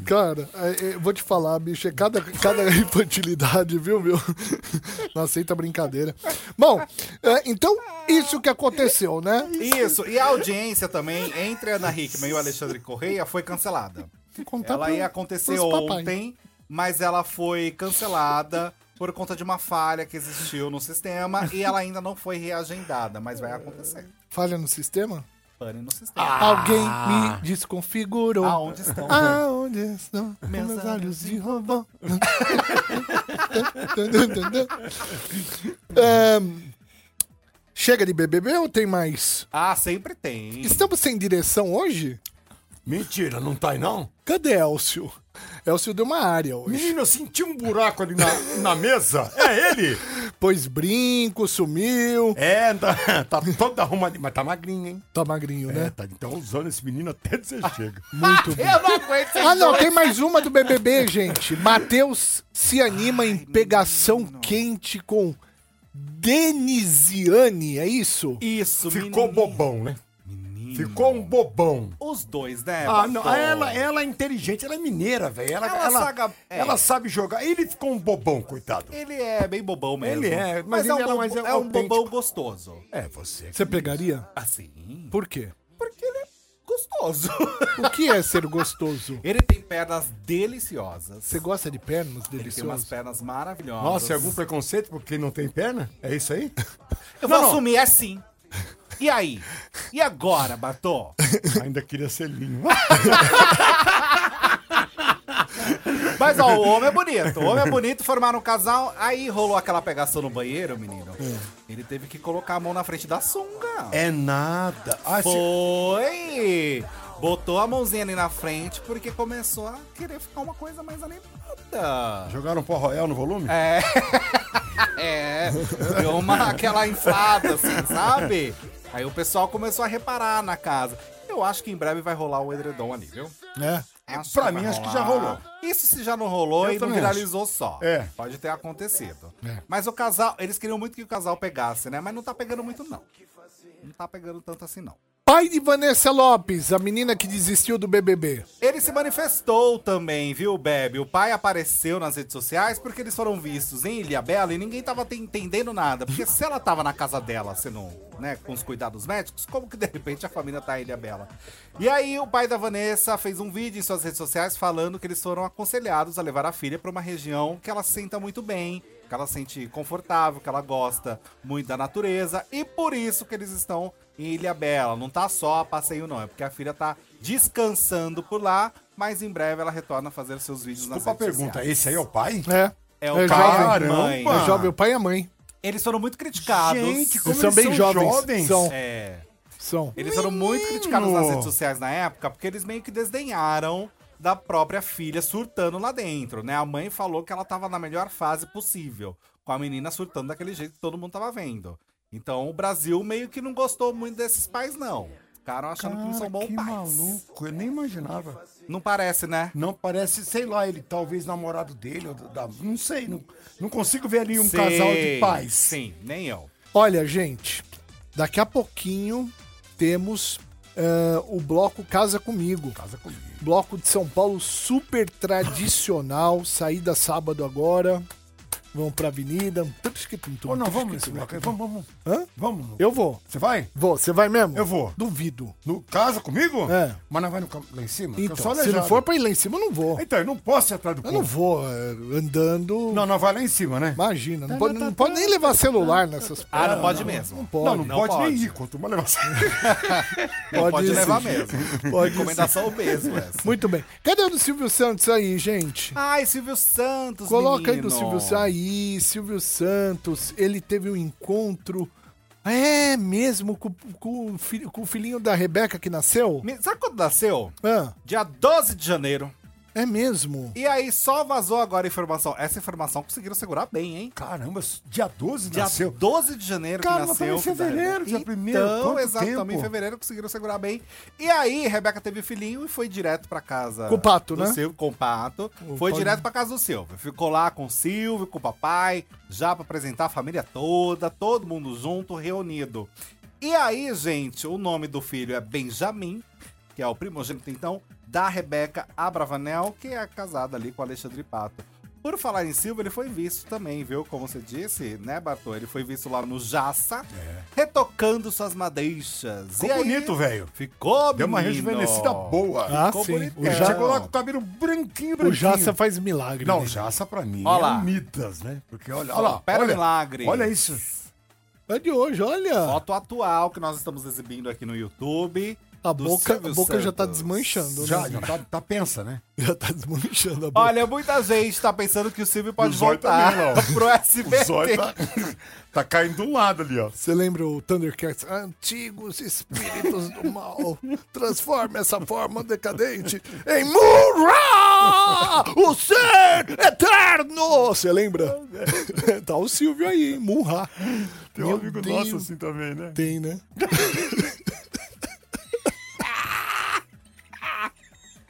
[SPEAKER 3] Cara, é, é, vou te falar, bicho, é cada, cada infantilidade, viu, meu? Não aceita brincadeira. Bom, é, então, isso que aconteceu, né?
[SPEAKER 5] Isso, e a audiência também entre a Ana Hickman e o Alexandre Correia foi cancelada.
[SPEAKER 3] Contar
[SPEAKER 5] Ela
[SPEAKER 3] pra-
[SPEAKER 5] ia acontecer
[SPEAKER 3] Então tá pros papai.
[SPEAKER 5] ontem, mas ela foi cancelada por conta de uma falha que existiu no sistema e ela ainda não foi reagendada, mas vai acontecer.
[SPEAKER 3] Falha no sistema?
[SPEAKER 5] Pane no
[SPEAKER 4] Ah,
[SPEAKER 5] sistema.
[SPEAKER 3] Alguém me desconfigurou.
[SPEAKER 5] Aonde estão?
[SPEAKER 3] Aonde estão meus,
[SPEAKER 5] Meus
[SPEAKER 3] olhos
[SPEAKER 5] olhos
[SPEAKER 3] de robô? Ahn, chega de BBB ou tem mais?
[SPEAKER 5] Ah, sempre tem.
[SPEAKER 3] Estamos sem direção hoje?
[SPEAKER 4] Mentira, não tá aí, não?
[SPEAKER 3] Cadê Elcio? Elcio deu uma área hoje.
[SPEAKER 4] Menino, eu senti um buraco ali na, na mesa. É ele?
[SPEAKER 3] Pôs brinco, sumiu.
[SPEAKER 4] É, tá, tá toda arrumadinha. Mas tá magrinho, hein?
[SPEAKER 3] Tá magrinho,
[SPEAKER 4] É,
[SPEAKER 3] né?
[SPEAKER 4] tá então usando esse menino até dizer chega.
[SPEAKER 3] Muito bem.
[SPEAKER 5] Eu não aguento
[SPEAKER 3] Ah, não, tem mais uma do BBB, gente. Matheus se anima em pegação quente com Denisiane, é isso?
[SPEAKER 5] Isso,
[SPEAKER 4] Ficou
[SPEAKER 5] menino.
[SPEAKER 4] bobão, né?
[SPEAKER 5] Menino.
[SPEAKER 4] Ficou um bobão.
[SPEAKER 5] Os dois, né?
[SPEAKER 4] Ah, não.
[SPEAKER 5] Batom?
[SPEAKER 4] Ela, ela é inteligente, ela é mineira, velho. Ela,
[SPEAKER 5] Ela
[SPEAKER 4] ela,
[SPEAKER 5] saca- é.
[SPEAKER 4] ela sabe jogar. Ele ficou um bobão, coitado.
[SPEAKER 5] Ele é bem bobão mesmo.
[SPEAKER 4] Ele é, mas
[SPEAKER 5] mas,
[SPEAKER 4] ele
[SPEAKER 5] é, um
[SPEAKER 4] era
[SPEAKER 5] bobo-
[SPEAKER 4] mais
[SPEAKER 5] é um
[SPEAKER 4] autêntico. Ah,
[SPEAKER 5] bobão gostoso.
[SPEAKER 4] É, você.
[SPEAKER 3] Você pegaria?
[SPEAKER 5] Assim.
[SPEAKER 3] Por quê?
[SPEAKER 5] Porque ele é gostoso.
[SPEAKER 3] O que é ser gostoso?
[SPEAKER 5] ele tem pernas deliciosas.
[SPEAKER 3] Você gosta de pernas
[SPEAKER 5] Ele tem umas
[SPEAKER 3] deliciosas?
[SPEAKER 5] pernas maravilhosas.
[SPEAKER 4] Nossa, é algum preconceito porque não tem perna? É isso aí?
[SPEAKER 5] Eu vou
[SPEAKER 4] Não, não.
[SPEAKER 5] assumir, é sim. E aí? E agora, Bartô?
[SPEAKER 4] Ainda queria ser lindo.
[SPEAKER 5] Mas ó, o homem é bonito. O homem é bonito, formaram um casal. Aí rolou aquela pegação no banheiro, menino. Ele teve que colocar a mão na frente da sunga.
[SPEAKER 4] É nada. Ah, esse-
[SPEAKER 5] Foi! Botou a mãozinha ali na frente porque começou a querer ficar uma coisa mais animada.
[SPEAKER 4] Jogaram pó royal no volume?
[SPEAKER 5] É. É. Deu uma, aquela inflada, assim, sabe? Aí o pessoal começou a reparar na casa. Eu acho que em breve vai rolar o edredom ali, viu?
[SPEAKER 3] Né?
[SPEAKER 5] Acho
[SPEAKER 4] É. pra
[SPEAKER 5] É vai
[SPEAKER 4] mim, acho que
[SPEAKER 5] rolar.
[SPEAKER 4] já rolou.
[SPEAKER 5] Isso se já não rolou
[SPEAKER 4] Eu
[SPEAKER 5] e não
[SPEAKER 4] também acho.
[SPEAKER 5] viralizou só.
[SPEAKER 4] É.
[SPEAKER 5] Pode ter acontecido. Mas o casal, eles queriam muito que o casal pegasse, né? Mas não tá pegando muito, não. Não tá pegando tanto assim, não.
[SPEAKER 3] Pai de Vanessa Lopes, a menina que desistiu do BBB.
[SPEAKER 5] Ele se manifestou também, viu, Bebe? O pai apareceu nas redes sociais porque eles foram vistos em Ilhabela e ninguém tava te- entendendo nada. Porque se ela tava na casa dela, sendo, né, com os cuidados médicos, como que de repente a família tá em Ilhabela? E aí o pai da Vanessa fez um vídeo em suas redes sociais falando que eles foram aconselhados a levar a filha pra uma região que ela se sinta muito bem, que ela se sente confortável, que ela gosta muito da natureza e por isso que eles estão em Ilha Bela. Não tá só a passeio, não. É porque a filha tá descansando por lá, mas em breve ela retorna a fazer seus vídeos nas
[SPEAKER 4] Desculpa a
[SPEAKER 5] redes
[SPEAKER 4] pergunta.
[SPEAKER 5] sociais.
[SPEAKER 4] Esse aí é o pai?
[SPEAKER 3] É.
[SPEAKER 5] É
[SPEAKER 3] É
[SPEAKER 5] o pai,
[SPEAKER 4] jovem.
[SPEAKER 5] mãe.
[SPEAKER 4] Caramba!
[SPEAKER 3] É jovem, o pai e a mãe.
[SPEAKER 5] Eles foram muito criticados.
[SPEAKER 4] Gente, como
[SPEAKER 3] Eles são
[SPEAKER 4] eles
[SPEAKER 3] bem
[SPEAKER 4] são
[SPEAKER 3] jovens.
[SPEAKER 4] jovens.
[SPEAKER 3] São,
[SPEAKER 5] É.
[SPEAKER 3] são.
[SPEAKER 5] Eles foram muito criticados nas redes sociais na época, porque eles meio que desdenharam da própria filha surtando lá dentro, né? A mãe falou que ela tava na melhor fase possível, com a menina surtando daquele jeito que todo mundo tava vendo. Então o Brasil meio que não gostou muito desses pais, não. Ficaram achando que não são
[SPEAKER 4] Cara,
[SPEAKER 5] bons
[SPEAKER 4] que
[SPEAKER 5] pais.
[SPEAKER 4] maluco. Eu nem imaginava.
[SPEAKER 5] Não parece, né?
[SPEAKER 4] Não parece, sei lá, ele talvez namorado dele, ou da, não sei, não, não consigo ver ali um
[SPEAKER 5] Sei.
[SPEAKER 4] casal de pais.
[SPEAKER 5] Sim, nem eu.
[SPEAKER 3] Olha, gente, daqui a pouquinho temos eh, o bloco Casa Comigo.
[SPEAKER 4] Casa comigo.
[SPEAKER 3] Bloco de São Paulo super tradicional, saída sábado agora. Vamos pra avenida.
[SPEAKER 4] Ou não, vamos nesse bloco aí, vamos, vamos.
[SPEAKER 3] Hã?
[SPEAKER 4] Vamos.
[SPEAKER 3] Eu vou.
[SPEAKER 4] Você vai?
[SPEAKER 3] Vou, você vai mesmo?
[SPEAKER 4] Eu vou.
[SPEAKER 3] Duvido.
[SPEAKER 4] No casa comigo?
[SPEAKER 3] É.
[SPEAKER 4] Mas não vai no campo lá em cima?
[SPEAKER 3] Então,
[SPEAKER 4] eu sou
[SPEAKER 3] se
[SPEAKER 4] aleijado.
[SPEAKER 3] não for pra ir lá em cima, eu não vou.
[SPEAKER 4] Então, eu não posso ir atrás do
[SPEAKER 3] Eu
[SPEAKER 4] povo.
[SPEAKER 5] É.
[SPEAKER 3] não vou eh, andando.
[SPEAKER 4] Não, não vai lá em cima, né?
[SPEAKER 3] Imagina,
[SPEAKER 5] Tá,
[SPEAKER 3] não pode, não pode nem levar celular nessas
[SPEAKER 5] Ah, não, pode mesmo.
[SPEAKER 3] Não
[SPEAKER 4] não,
[SPEAKER 3] pode.
[SPEAKER 4] não,
[SPEAKER 5] não
[SPEAKER 4] pode, nem
[SPEAKER 5] pode.
[SPEAKER 4] ir, quanto mais levar.
[SPEAKER 5] Pode,
[SPEAKER 3] sim.
[SPEAKER 5] levar mesmo.
[SPEAKER 3] Pode sim.
[SPEAKER 5] Recomendação mesmo é essa.
[SPEAKER 3] Muito bem. Cadê o do Silvio Santos aí, gente?
[SPEAKER 5] Ah, Ai, Silvio Santos,
[SPEAKER 3] Coloca aí
[SPEAKER 5] menino.
[SPEAKER 3] do Silvio Santos. Aí, Raí, Silvio Santos, ele teve um encontro. É mesmo, com, com o fi- com o filhinho da Rebeca que nasceu?
[SPEAKER 5] Me- Sabe quando nasceu?
[SPEAKER 3] Ah,
[SPEAKER 5] Dia 12 de janeiro.
[SPEAKER 3] é mesmo.
[SPEAKER 5] E aí só vazou agora a informação. Essa informação conseguiram segurar bem, hein?
[SPEAKER 4] Caramba, dia 12
[SPEAKER 5] Dia
[SPEAKER 4] nasceu.
[SPEAKER 5] 12 de janeiro
[SPEAKER 4] Cara,
[SPEAKER 5] que
[SPEAKER 4] mas foi
[SPEAKER 5] nasceu.
[SPEAKER 4] em fevereiro, dia primeiro,
[SPEAKER 5] Então,
[SPEAKER 4] quanto
[SPEAKER 5] exatamente,
[SPEAKER 4] tempo?
[SPEAKER 5] em fevereiro conseguiram segurar bem. E aí, Rebeca teve filhinho e foi direto pra casa.
[SPEAKER 3] Com o Pato,
[SPEAKER 5] do
[SPEAKER 3] né?
[SPEAKER 5] Silvio, com o Pato. foi direto pra casa do Silvio. Ficou lá com o Silvio, com o papai, já pra apresentar a família toda, todo mundo junto, reunido. E aí, gente, o nome do filho é Benjamin, que é o primogênito, então, da Rebeca Abravanel, que é casada ali com Alexandre Pato. Por falar em Silva, ele foi visto também, viu? Como você disse, né, Bartô? Ele foi visto lá no Jaça, retocando suas madeixas.
[SPEAKER 9] Ficou bonito, velho.
[SPEAKER 5] Ficou,
[SPEAKER 9] Deu uma
[SPEAKER 5] menino.
[SPEAKER 9] rejuvenescida boa.
[SPEAKER 3] Ah,
[SPEAKER 5] ficou
[SPEAKER 3] sim.
[SPEAKER 5] bonitão.
[SPEAKER 3] O,
[SPEAKER 9] Já
[SPEAKER 3] ja
[SPEAKER 9] coloca o cabelo branquinho, branquinho.
[SPEAKER 3] o Jaça faz milagre.
[SPEAKER 9] Não,
[SPEAKER 3] né?
[SPEAKER 9] Jaça pra mim
[SPEAKER 5] Ó
[SPEAKER 9] é
[SPEAKER 5] lá.
[SPEAKER 9] um Midas, né? Porque olha,
[SPEAKER 5] Ó,
[SPEAKER 9] olha lá.
[SPEAKER 4] um
[SPEAKER 5] pera
[SPEAKER 9] olha,
[SPEAKER 5] milagre.
[SPEAKER 9] Olha isso.
[SPEAKER 3] É de hoje, olha.
[SPEAKER 5] Foto atual que nós estamos exibindo aqui no YouTube.
[SPEAKER 3] A
[SPEAKER 5] do
[SPEAKER 3] boca, a
[SPEAKER 5] Silvio
[SPEAKER 3] boca já tá
[SPEAKER 5] Santos.
[SPEAKER 3] desmanchando,
[SPEAKER 9] Já,
[SPEAKER 3] né?
[SPEAKER 9] já tá, tá pensa, né?
[SPEAKER 3] Já tá desmanchando a boca.
[SPEAKER 5] Olha, muita gente tá pensando que o Silvio pode
[SPEAKER 9] O zóio
[SPEAKER 5] voltar
[SPEAKER 9] também, ó.
[SPEAKER 5] pro
[SPEAKER 9] O zóio
[SPEAKER 5] SBT.
[SPEAKER 9] tá, tá caindo do lado ali, ó.
[SPEAKER 3] Você lembra o Thundercats? Antigos espíritos do mal, transforma essa forma decadente em Murra! O ser eterno! Você lembra? tá o Silvio aí, hein? Murra.
[SPEAKER 9] Tem um
[SPEAKER 3] Meu
[SPEAKER 9] amigo
[SPEAKER 3] Deus.
[SPEAKER 9] nosso assim também, né?
[SPEAKER 3] Tem, né?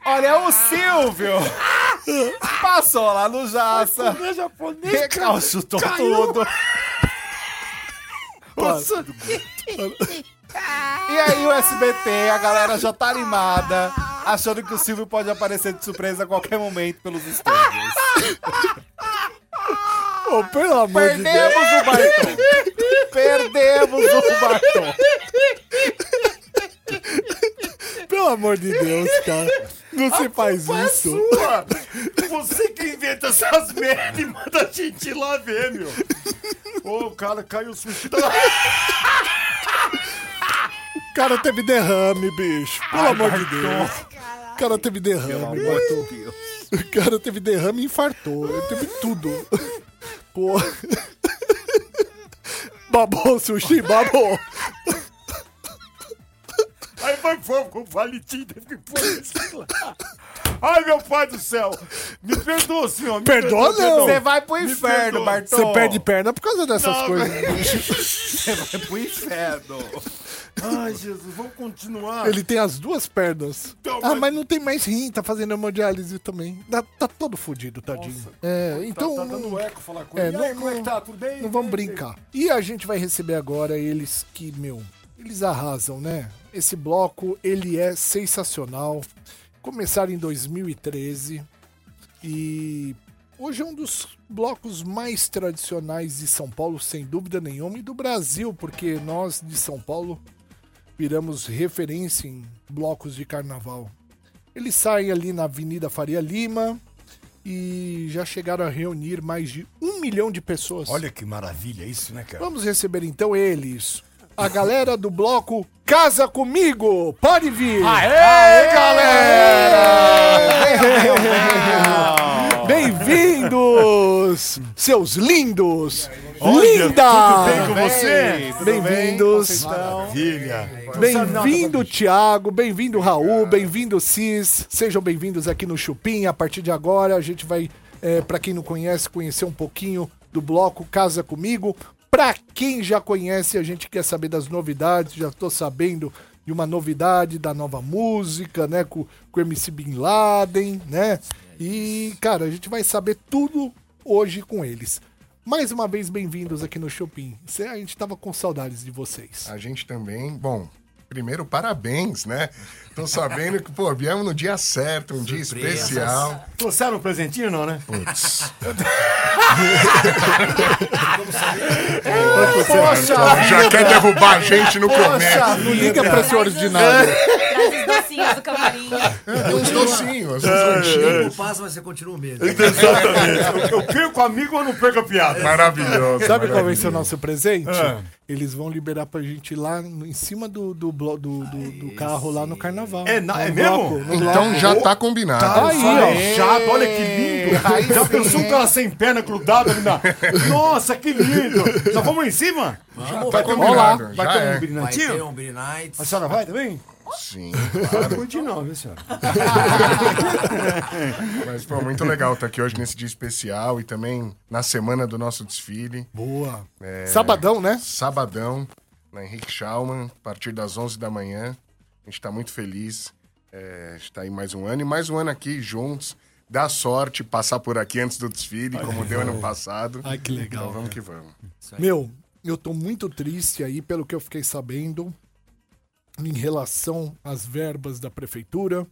[SPEAKER 5] Olha, o Silvio passou lá no
[SPEAKER 9] é
[SPEAKER 5] Jaça,
[SPEAKER 3] É
[SPEAKER 5] recalchutou tudo. E aí o SBT, a galera já tá animada, achando que o Silvio pode aparecer de surpresa a qualquer momento pelos estúdios.
[SPEAKER 9] Ah,
[SPEAKER 3] Ô, pelo amor de Deus.
[SPEAKER 5] Perdemos o Barton! Perdemos o Barton!
[SPEAKER 3] Pelo amor de Deus, cara. é Não se faz isso.
[SPEAKER 9] Você que inventa essas merdas e manda a gente ir lá ver, meu. Ô, cara, caiu o sushi da...
[SPEAKER 3] O cara teve derrame, bicho. Pelo amor de Deus. O cara teve derrame, Bartô. O cara teve derrame e infartou. Ele teve tudo. Pô. Babou, sushi, babou.
[SPEAKER 9] Aí vai fogo com o Valentim, teve que pôr isso lá. Ai, meu pai do céu. Me perdoa, senhor. Me
[SPEAKER 3] Perdoa, não.
[SPEAKER 5] Você vai pro
[SPEAKER 9] perdoa.
[SPEAKER 5] inferno, Barton!
[SPEAKER 3] Você perde perna por causa dessas
[SPEAKER 9] Não,
[SPEAKER 3] coisas.
[SPEAKER 5] É pro inferno!
[SPEAKER 9] Ai, Jesus, vamos continuar.
[SPEAKER 3] Ele tem as duas pernas.
[SPEAKER 9] Então,
[SPEAKER 3] ah,
[SPEAKER 9] mas-
[SPEAKER 3] mas não tem mais rim, tá fazendo hemodiálise também. Tá, tá todo fudido, tadinho. é, então.
[SPEAKER 9] Tá dando eco falar com ele.
[SPEAKER 3] É,
[SPEAKER 9] E aí,
[SPEAKER 3] não-
[SPEAKER 9] como é que
[SPEAKER 4] Ah,
[SPEAKER 9] tá? Tudo bem?
[SPEAKER 3] Não vamos brincar. E a gente vai receber agora eles que, meu, eles arrasam, né? Esse bloco, ele é sensacional. Começaram em 2013 e hoje é um dos blocos mais tradicionais de São Paulo, sem dúvida nenhuma, e do Brasil, porque nós de São Paulo viramos referência em blocos de carnaval. Eles saem ali na Avenida Faria Lima e já chegaram a reunir mais de um milhão de pessoas.
[SPEAKER 9] Olha que maravilha isso, né, cara?
[SPEAKER 3] Vamos receber então eles. A galera do bloco Casa Comigo, pode vir! É,
[SPEAKER 9] Aê, galera!
[SPEAKER 3] é, Bem-vindos, seus lindos!
[SPEAKER 9] Olha,
[SPEAKER 3] Linda!
[SPEAKER 9] Tudo bem com você?
[SPEAKER 3] Bem-vindos!
[SPEAKER 9] Maravilha.
[SPEAKER 3] Bem-vindo, Thiago, bem-vindo, Raul, bem-vindo, Cis. Sejam bem-vindos aqui no Chupim. A partir de agora, a gente vai, é, para quem não conhece, conhecer um pouquinho do bloco Casa Comigo. Pra quem já conhece, a gente quer saber das novidades. Já tô sabendo de uma novidade da nova música, né? Com, com o MC Bin Laden, né? E, cara, a gente vai saber tudo hoje com eles. Mais uma vez, bem-vindos aqui no Chupim. Cê- A gente tava com saudades de vocês.
[SPEAKER 10] A gente também, bom, primeiro parabéns, né? Tô sabendo que, pô, viemos no dia certo, um dia especial.
[SPEAKER 9] Trouxeram um presentinho, não, né?
[SPEAKER 10] Putz.
[SPEAKER 9] Poxa,
[SPEAKER 10] Já quer derrubar a gente no começo.
[SPEAKER 11] É.
[SPEAKER 3] Não liga pra esse ordinário.
[SPEAKER 7] os docinhos do camarim.
[SPEAKER 10] Tem uns docinhos, uns
[SPEAKER 11] É,
[SPEAKER 10] lanchinhos.
[SPEAKER 4] tempo passa, mas você continua o mesmo.
[SPEAKER 11] Exatamente. Eu, eu perco amigo ou não perco a piada?
[SPEAKER 3] Sabe
[SPEAKER 10] Maravilhoso.
[SPEAKER 3] qual vai
[SPEAKER 10] maravilhoso.
[SPEAKER 3] ser o nosso presente?
[SPEAKER 11] É. Ah.
[SPEAKER 3] Eles vão liberar pra gente ir lá no- em cima do, do, blo- do, do- do carro lá no carnaval.
[SPEAKER 11] É na-
[SPEAKER 3] No
[SPEAKER 11] é mesmo?
[SPEAKER 3] bloco, no
[SPEAKER 10] Então já tá combinado.
[SPEAKER 11] Tá
[SPEAKER 3] Aí, ó.
[SPEAKER 11] Chato, olha que lindo. Já pensou um cara sem perna grudado ali na. Nossa, que lindo. Nós vamos em cima?
[SPEAKER 10] Tá
[SPEAKER 11] Olá.
[SPEAKER 10] combinado.
[SPEAKER 11] Vai
[SPEAKER 10] Já
[SPEAKER 11] ter um
[SPEAKER 10] é.
[SPEAKER 4] Vai ter
[SPEAKER 11] brilhantinho?
[SPEAKER 4] um Beer Nights.
[SPEAKER 11] A senhora vai também?
[SPEAKER 10] Sim.
[SPEAKER 11] Não curti não, viu, senhora?
[SPEAKER 10] Mas, pô, muito legal estar aqui hoje nesse dia especial e também na semana do nosso desfile.
[SPEAKER 3] Boa. Sabadão, né?
[SPEAKER 10] Sabadão, na Henrique Schaumann, a partir das 11 da manhã. A gente está muito feliz. É, está aí mais um ano e mais um ano aqui juntos. Dá sorte passar por aqui antes do desfile, como deu ano passado.
[SPEAKER 3] Ai, que legal,
[SPEAKER 10] Então vamos que vamos.
[SPEAKER 3] Meu, eu tô muito triste aí pelo que eu fiquei sabendo em relação às verbas da prefeitura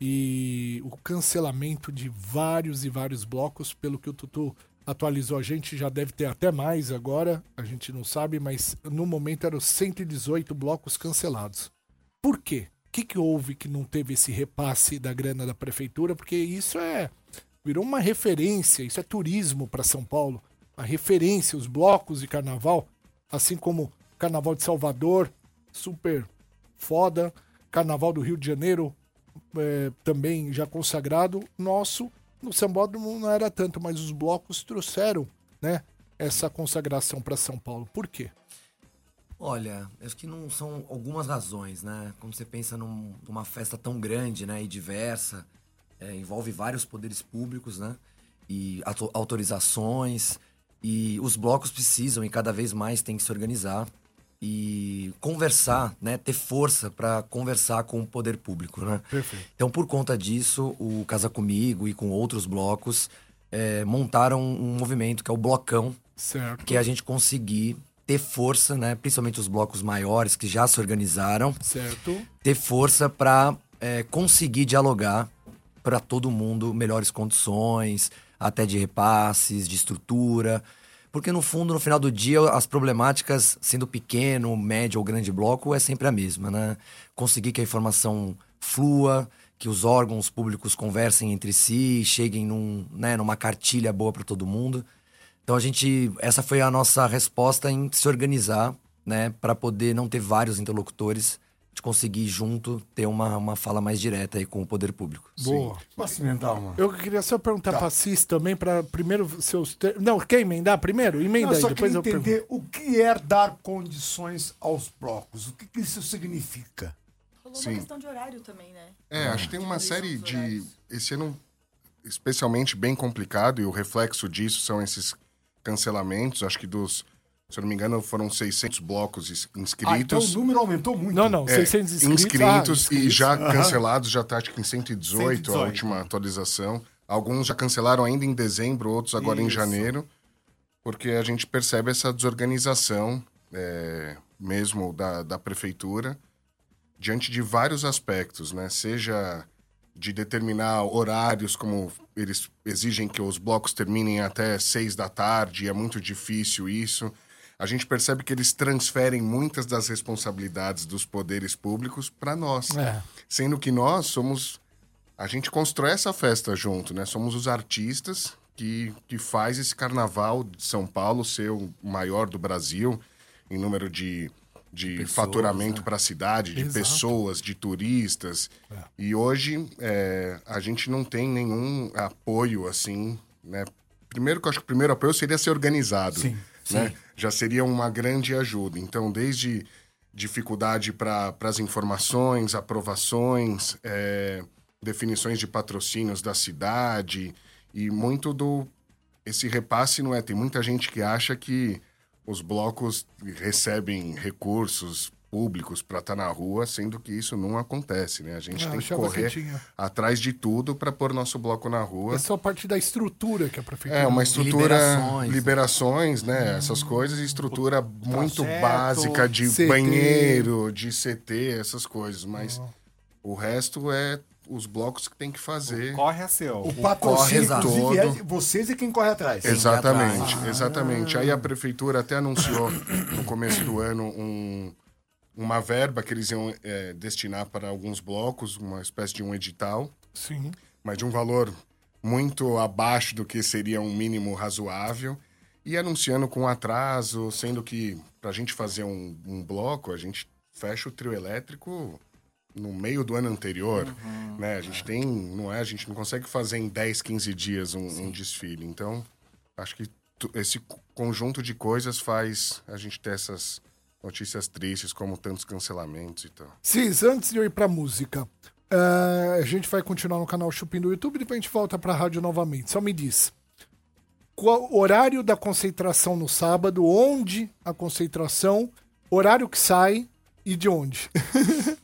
[SPEAKER 3] e o cancelamento de vários e vários blocos, pelo que o Tutu atualizou a gente, já deve ter até mais agora, a gente não sabe, mas no momento eram 118 blocos cancelados. Por quê? O que, que houve que não teve esse repasse da grana da prefeitura? Porque isso é. virou uma referência, isso é turismo para São Paulo. A referência, os blocos de carnaval, assim como o Carnaval de Salvador, super foda, Carnaval do Rio de Janeiro, é, também já consagrado, nosso, no Sambódromo não era tanto, mas os blocos trouxeram, né, essa consagração para São Paulo. Por quê?
[SPEAKER 4] Olha, acho que não são algumas razões, né? Quando você pensa num- numa festa tão grande, né, e diversa, é, envolve vários poderes públicos, né? E auto- autorizações e os blocos precisam e cada vez mais tem que se organizar e conversar, né? Ter força para conversar com o poder público, né? Perfeito. Então, por conta disso, o Casa Comigo e com outros blocos é, montaram um movimento que é o Blocão,
[SPEAKER 3] Certo.
[SPEAKER 4] que é a gente conseguir ter força, né? Principalmente os blocos maiores que já se organizaram,
[SPEAKER 3] Certo.
[SPEAKER 4] ter força para conseguir dialogar para todo mundo melhores condições, até de repasses, de estrutura. Porque no fundo, no final do dia, as problemáticas, sendo pequeno, médio ou grande bloco, é sempre a mesma, né? Conseguir que a informação flua, que os órgãos públicos conversem entre si, cheguem num, né, numa cartilha boa para todo mundo. Então a gente, essa foi a nossa resposta em se organizar, né, para poder não ter vários interlocutores, de conseguir junto ter uma, uma fala mais direta aí com o poder público.
[SPEAKER 3] Boa.
[SPEAKER 11] Posso inventar uma?
[SPEAKER 3] Eu queria só perguntar
[SPEAKER 12] Tá.
[SPEAKER 3] pra Cis também, pra primeiro seus. ter- Não, quer emendar primeiro? Emenda
[SPEAKER 12] Eu
[SPEAKER 3] aí,
[SPEAKER 12] só
[SPEAKER 3] depois
[SPEAKER 12] queria
[SPEAKER 3] eu pergunto.
[SPEAKER 12] entender o que é dar condições aos blocos. O que, que isso significa?
[SPEAKER 7] Rolou
[SPEAKER 10] Sim.
[SPEAKER 7] uma questão de horário também, né?
[SPEAKER 10] É, acho que tem uma
[SPEAKER 7] Diminuição
[SPEAKER 10] série
[SPEAKER 7] dos
[SPEAKER 10] de.
[SPEAKER 7] horários.
[SPEAKER 10] Esse ano, especialmente bem complicado, e o reflexo disso são esses cancelamentos. Acho que dos. Se eu não me engano, foram 600 blocos is-
[SPEAKER 12] Ah, então o
[SPEAKER 10] inscritos.
[SPEAKER 12] número aumentou muito.
[SPEAKER 3] Não, não,
[SPEAKER 10] É,
[SPEAKER 3] 600 inscritos. Ah,
[SPEAKER 10] inscritos e já cancelados, já tá acho que em 118, a
[SPEAKER 11] 118.
[SPEAKER 10] última atualização. Alguns já cancelaram ainda em dezembro, outros agora em
[SPEAKER 11] Isso.
[SPEAKER 10] janeiro, porque a gente percebe essa desorganização é, mesmo da, da prefeitura diante de vários aspectos, né? Seja de determinar horários, como eles exigem que os blocos terminem até seis da tarde, e é muito difícil isso. A gente percebe que eles transferem muitas das responsabilidades dos poderes públicos para nós,
[SPEAKER 3] É.
[SPEAKER 10] sendo que nós somos a gente constrói essa festa junto, né? Somos os artistas que, que faz esse carnaval de São Paulo ser o maior do Brasil em número de, de né? faturamento para a cidade, de pessoas, de turistas. E hoje é, a gente não tem nenhum apoio assim, né? Primeiro que eu acho que o primeiro apoio seria ser organizado. Sim. Né? Já seria uma grande ajuda. Então, desde dificuldade para as informações, aprovações, é, definições de patrocínios da cidade e muito do esse repasse não é tem muita gente que acha que os blocos recebem recursos públicos para estar na rua, sendo que isso não acontece, né? A gente
[SPEAKER 3] Ah,
[SPEAKER 10] tem que
[SPEAKER 3] achava que
[SPEAKER 10] correr
[SPEAKER 3] tinha.
[SPEAKER 10] atrás de tudo para pôr nosso bloco na rua.
[SPEAKER 3] É só a partir da estrutura que a prefeitura.
[SPEAKER 10] É, uma estrutura.
[SPEAKER 4] liberações,
[SPEAKER 10] Liberações,
[SPEAKER 4] né?
[SPEAKER 10] né? Essas coisas, e estrutura muito
[SPEAKER 11] trajeto,
[SPEAKER 10] básica de
[SPEAKER 3] CT.
[SPEAKER 10] banheiro, de CT, essas coisas. Mas o resto é os blocos que tem que fazer.
[SPEAKER 5] Corre a seu.
[SPEAKER 12] O patrocínio,
[SPEAKER 10] assim,
[SPEAKER 4] corre
[SPEAKER 12] inclusive, é
[SPEAKER 10] todo.
[SPEAKER 12] de vocês e quem corre atrás.
[SPEAKER 10] Exatamente, exatamente. Aí a prefeitura até anunciou no começo do ano um, uma verba que eles iam é, destinar para alguns blocos, uma espécie de um edital.
[SPEAKER 3] Sim.
[SPEAKER 10] Mas de um valor muito abaixo do que seria um mínimo razoável. E anunciando com atraso, sendo que para a gente fazer um, um bloco, a gente fecha o trio elétrico no meio do ano anterior, né? A gente tem, não é, a gente não consegue fazer em 10, 15 dias um, um desfile. Então, acho que tu- esse co- conjunto de coisas faz a gente ter essas notícias tristes, como tantos cancelamentos e tal.
[SPEAKER 3] Cis, antes de eu ir pra música, eh, a gente vai continuar no canal Chupim do YouTube e depois a gente volta pra rádio novamente. Só me diz. Qual horário da concentração no sábado? Onde a concentração? Horário que sai e de onde?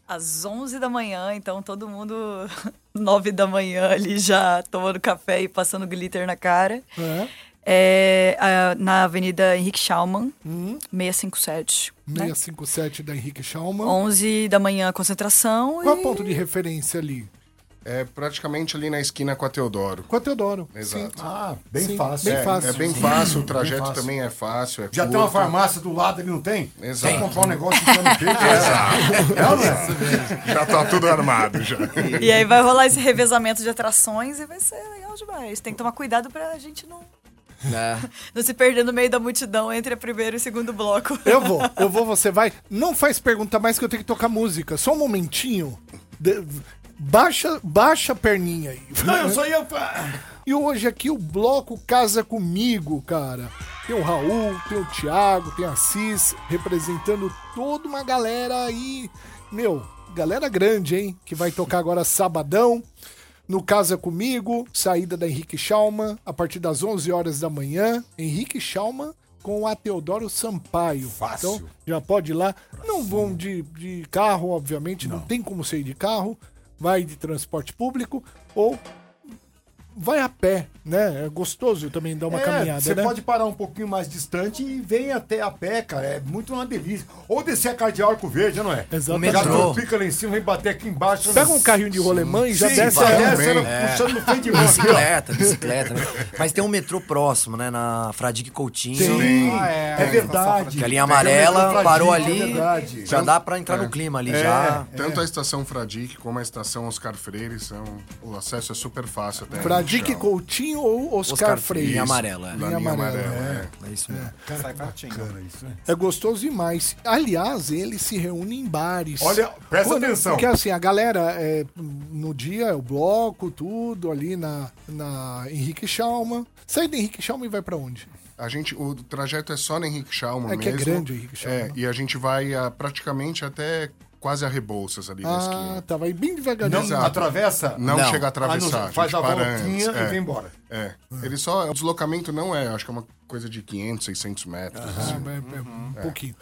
[SPEAKER 7] Às 11 da manhã, então todo mundo 9 da manhã ali já tomando café e passando glitter na cara.
[SPEAKER 3] É.
[SPEAKER 7] É, a- na Avenida Henrique Schaumann, 657. Né?
[SPEAKER 3] 657 da Henrique Schalman.
[SPEAKER 7] 11 da manhã, concentração.
[SPEAKER 3] Qual é
[SPEAKER 7] e...
[SPEAKER 3] o ponto de referência ali?
[SPEAKER 10] É praticamente ali na esquina com a Teodoro.
[SPEAKER 3] Com a Teodoro.
[SPEAKER 10] Exato.
[SPEAKER 3] sim.
[SPEAKER 9] Ah, bem
[SPEAKER 3] Sim,
[SPEAKER 9] fácil.
[SPEAKER 10] é, É bem fácil, o trajeto
[SPEAKER 9] Bem fácil.
[SPEAKER 10] também é fácil. é
[SPEAKER 9] Já tem uma
[SPEAKER 10] curto.
[SPEAKER 9] farmácia do lado, ele não tem?
[SPEAKER 10] Exato.
[SPEAKER 9] Só comprar um negócio e ficar no peito.
[SPEAKER 10] Exato.
[SPEAKER 9] Não, né? não
[SPEAKER 10] Já tá tudo armado já.
[SPEAKER 7] E aí vai rolar esse revezamento de atrações e vai ser legal demais. Tem que tomar cuidado pra gente não, não se perder no meio da multidão entre o primeiro e o segundo bloco.
[SPEAKER 3] Eu vou, eu vou, você vai. Não faz pergunta mais que eu tenho que tocar música. Só um momentinho. De- Baixa, baixa a perninha aí.
[SPEAKER 9] Não, eu só ia.
[SPEAKER 3] E hoje aqui o bloco casa comigo, cara. Tem o Raul, tem o Thiago, tem a Cis, representando toda uma galera aí. Meu, galera grande, hein? Que vai tocar agora sabadão. No Casa Comigo, saída da Henrique Schalman, a partir das 11 horas da manhã. Henrique Schalman com a Teodoro Sampaio.
[SPEAKER 9] Fácil.
[SPEAKER 3] Então, já pode ir lá. Não vão de, de carro, obviamente, não. tem como sair de carro. Vai de transporte público ou vai a pé, né? É gostoso também dar uma
[SPEAKER 9] É,
[SPEAKER 3] caminhada,
[SPEAKER 9] Você
[SPEAKER 3] né?
[SPEAKER 9] pode parar um pouquinho mais distante e vem até a pé, cara. É muito uma delícia. Ou descer a cardeal Arco Verde, não é?
[SPEAKER 3] Exatamente.
[SPEAKER 9] Já
[SPEAKER 3] Metrô.
[SPEAKER 9] pica lá em cima, vem bater aqui embaixo. né?
[SPEAKER 3] Pega um carrinho de rolemã e já
[SPEAKER 9] Sim,
[SPEAKER 3] desce
[SPEAKER 9] vai, é
[SPEAKER 3] a-
[SPEAKER 9] desce,
[SPEAKER 3] Também.
[SPEAKER 9] ela puxando no freio de mão. aqui, ó.
[SPEAKER 4] É. Bicicleta, bicicleta. né? Mas tem um metrô próximo, né? Na Fradique Coutinho.
[SPEAKER 9] Sim. Ah, é. É verdade.
[SPEAKER 4] Que a linha
[SPEAKER 9] Tem um metrô
[SPEAKER 4] amarela
[SPEAKER 9] Fradique,
[SPEAKER 4] parou
[SPEAKER 9] é
[SPEAKER 4] ali.
[SPEAKER 9] verdade. um É.
[SPEAKER 4] já dá pra entrar no clima ali, já.
[SPEAKER 10] Tanto a estação Fradique como a estação Oscar Freire são. O acesso é super fácil até.
[SPEAKER 3] Fradique
[SPEAKER 10] Chão.
[SPEAKER 3] Coutinho ou Oscar,
[SPEAKER 10] Oscar
[SPEAKER 3] Freire?
[SPEAKER 10] Freire. Linha amarela, é.
[SPEAKER 3] Linha
[SPEAKER 10] Da linha
[SPEAKER 3] amarela.
[SPEAKER 9] né?
[SPEAKER 10] amarela,
[SPEAKER 4] é. É isso mesmo.
[SPEAKER 13] Sai bacana isso, né?
[SPEAKER 3] É gostoso demais. Aliás, eles se reúnem em bares.
[SPEAKER 9] Olha, presta atenção.
[SPEAKER 3] Porque assim, a galera, é, no dia, o bloco, tudo ali na, na Henrique Schalman. Sai da Henrique Schalman e vai pra onde?
[SPEAKER 10] A gente, o trajeto é só na Henrique Schalman
[SPEAKER 3] É que é
[SPEAKER 10] mesmo.
[SPEAKER 3] grande o Henrique Schalman.
[SPEAKER 10] É, e a gente vai a, praticamente até quase a Rebouças ali na esquina.
[SPEAKER 3] Ah, tá. Vai bem
[SPEAKER 9] Não
[SPEAKER 3] devagarinho.
[SPEAKER 9] atravessa?
[SPEAKER 10] Não,
[SPEAKER 9] Não.
[SPEAKER 10] chega a atravessar.
[SPEAKER 9] Ah, não,
[SPEAKER 10] gente
[SPEAKER 9] faz a
[SPEAKER 10] para
[SPEAKER 9] voltinha
[SPEAKER 10] antes,
[SPEAKER 9] e vem embora.
[SPEAKER 10] É. Ele só. O deslocamento não é, acho que é uma coisa de 500, 600 metros.
[SPEAKER 3] Ah,
[SPEAKER 10] assim.
[SPEAKER 3] é, é, um pouquinho.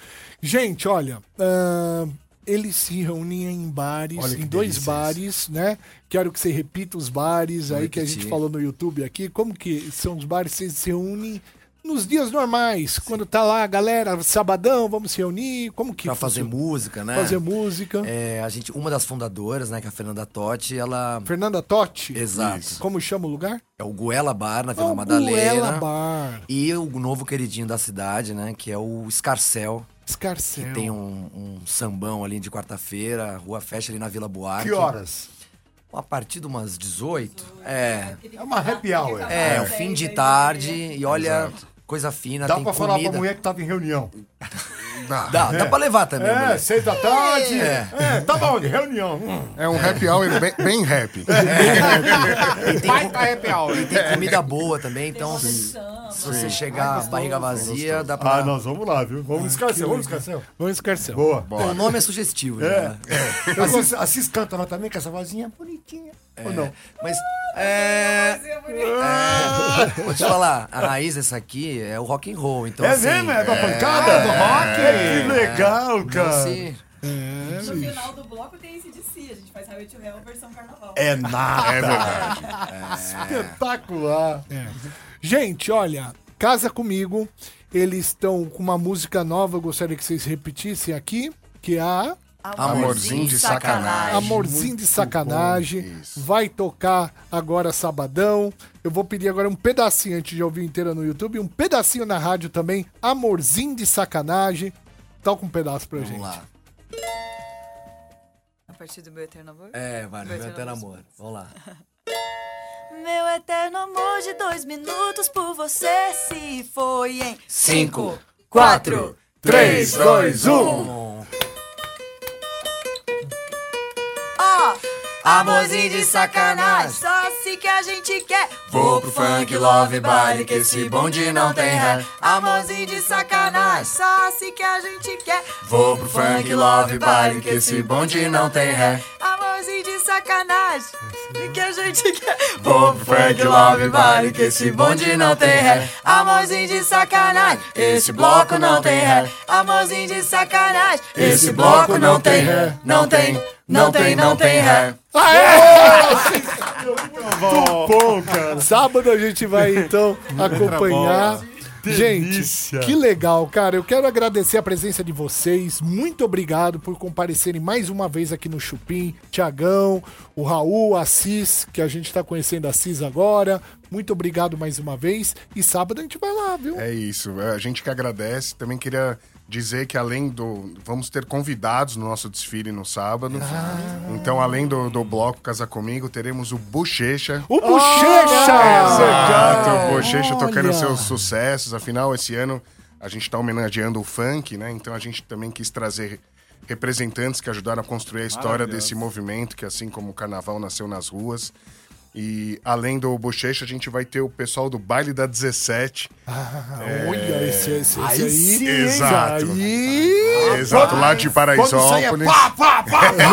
[SPEAKER 3] Gente, olha, ahn, eles se reuniam em bares,
[SPEAKER 10] Olha que
[SPEAKER 3] em dois
[SPEAKER 10] delícia
[SPEAKER 3] bares, né? Quero que você repita os bares
[SPEAKER 4] Vou
[SPEAKER 3] aí que a
[SPEAKER 4] repetir.
[SPEAKER 3] gente falou no YouTube aqui. Como que são os bares que vocês se reúnem nos dias normais? Quando tá lá, galera, sabadão, vamos se reunir. Como que
[SPEAKER 4] Pra fazer
[SPEAKER 3] funciona?
[SPEAKER 4] música, né?
[SPEAKER 3] Fazer música.
[SPEAKER 4] É, a gente, uma das fundadoras, né, que é a Fernanda Totti, ela.
[SPEAKER 3] Fernanda Totti?
[SPEAKER 4] Exato.
[SPEAKER 3] Como chama o lugar?
[SPEAKER 4] É o Goela Bar na Vila
[SPEAKER 3] Ah, o
[SPEAKER 4] Madalena.
[SPEAKER 3] Goela Bar.
[SPEAKER 4] E o novo queridinho da cidade, né? Que é o Escarcel.
[SPEAKER 3] Escarcel.
[SPEAKER 4] Que tem um, um sambão ali de quarta-feira, rua fecha ali na Vila Buarque.
[SPEAKER 9] Que horas?
[SPEAKER 4] A partir de umas 18. É.
[SPEAKER 9] É uma happy hour.
[SPEAKER 4] É, o fim de tarde. E olha, coisa fina.
[SPEAKER 9] Dá
[SPEAKER 4] tem
[SPEAKER 9] pra falar
[SPEAKER 4] comida.
[SPEAKER 9] pra mulher que tava em reunião.
[SPEAKER 10] Dá,
[SPEAKER 4] dá,
[SPEAKER 9] É.
[SPEAKER 4] pra levar também.
[SPEAKER 9] É,
[SPEAKER 4] mulher.
[SPEAKER 9] seis da tarde.
[SPEAKER 4] É.
[SPEAKER 9] É, tá bom, de reunião. Hum.
[SPEAKER 10] É um happy hour bem, bem happy.
[SPEAKER 13] Vai pra happy hour.
[SPEAKER 4] E tem comida boa também, então se, se você chegar barriga vazia, dá pra.
[SPEAKER 9] Ah, nós vamos lá, viu? Vamos no Escarcel, vamos no Escarcel.
[SPEAKER 3] Vamos Escarcel.
[SPEAKER 9] Boa.
[SPEAKER 4] O nome é sugestivo, né?
[SPEAKER 9] A Cis, a Cis canta lá também com essa vozinha bonitinha. Ou não?
[SPEAKER 4] Mas. É. é, Vou te falar, a raiz dessa aqui é o rock and roll, então
[SPEAKER 9] é
[SPEAKER 4] assim,
[SPEAKER 9] mesmo? É da pancada? do rock? que legal,
[SPEAKER 4] não
[SPEAKER 9] cara.
[SPEAKER 4] se-
[SPEAKER 14] No final do bloco tem esse de si. A gente faz Highway to Hell versão carnaval.
[SPEAKER 9] É nada.
[SPEAKER 10] É verdade.
[SPEAKER 9] Espetacular.
[SPEAKER 3] É. Gente, olha, casa comigo. Eles estão com uma música nova, eu gostaria que vocês repetissem aqui, que é a
[SPEAKER 10] Amorzinho de sacanagem.
[SPEAKER 3] Amorzinho de Sacanagem. Vai tocar agora sabadão. Eu vou pedir agora um pedacinho antes de ouvir inteira no YouTube, um pedacinho na rádio também. Amorzinho de Sacanagem. Toca um pedaço pra
[SPEAKER 4] Vamos
[SPEAKER 3] gente.
[SPEAKER 4] lá.
[SPEAKER 7] partir do meu eterno amor?
[SPEAKER 4] É, vai, meu eterno amor. Vamos lá.
[SPEAKER 7] Meu eterno amor de dois minutos por você se foi em
[SPEAKER 4] Cinco,
[SPEAKER 7] quatro,
[SPEAKER 4] três, dois, um.
[SPEAKER 7] Ó,
[SPEAKER 4] amorzinho de sacanagem.
[SPEAKER 7] Só se que a gente quer.
[SPEAKER 4] Vou pro funk love body que esse bonde não tem ré.
[SPEAKER 7] Amorzinho de sacanagem. Só se que a gente quer.
[SPEAKER 4] Vou pro funk love body que esse bonde não tem ré.
[SPEAKER 7] Amorzinho de sacanagem. Se que a gente quer.
[SPEAKER 4] Vou pro funk love body que esse bonde não tem ré.
[SPEAKER 7] Amorzinho de sacanagem.
[SPEAKER 4] Esse bloco não tem ré.
[SPEAKER 7] Amorzinho de sacanagem.
[SPEAKER 4] Esse bloco não tem ré. Não tem, não tem, não tem ré.
[SPEAKER 3] Muito bom, cara. Sábado a gente vai, então, acompanhar. Gente, que legal, cara. Eu quero agradecer a presença de vocês. Muito obrigado por comparecerem mais uma vez aqui no Chupim. Tiagão, o Raul, a Cis, que a gente tá conhecendo a Cis agora. Muito obrigado mais uma vez. E sábado a gente vai lá, viu?
[SPEAKER 10] É isso. A gente que agradece. Também queria dizer que além do. Vamos ter convidados no nosso desfile no sábado. Então, além do, do bloco Casa Comigo, teremos o Bochecha.
[SPEAKER 3] O Bochecha! É.
[SPEAKER 10] Exato, o Bochecha tocando seus sucessos. Afinal, esse ano a gente está homenageando o funk, né? Então a gente também quis trazer representantes que ajudaram a construir a história
[SPEAKER 15] Maravilhoso.
[SPEAKER 10] desse movimento, que assim como o carnaval nasceu nas ruas. E além do Bochecha, a gente vai ter o pessoal do Baile da 17.
[SPEAKER 3] Olha, esse, esse, esse aí.
[SPEAKER 10] Exato.
[SPEAKER 3] Aí...
[SPEAKER 10] Exato, lá de
[SPEAKER 3] Quando
[SPEAKER 10] Paraisópolis.
[SPEAKER 3] sai é pá, pá, pá, pá. É, né?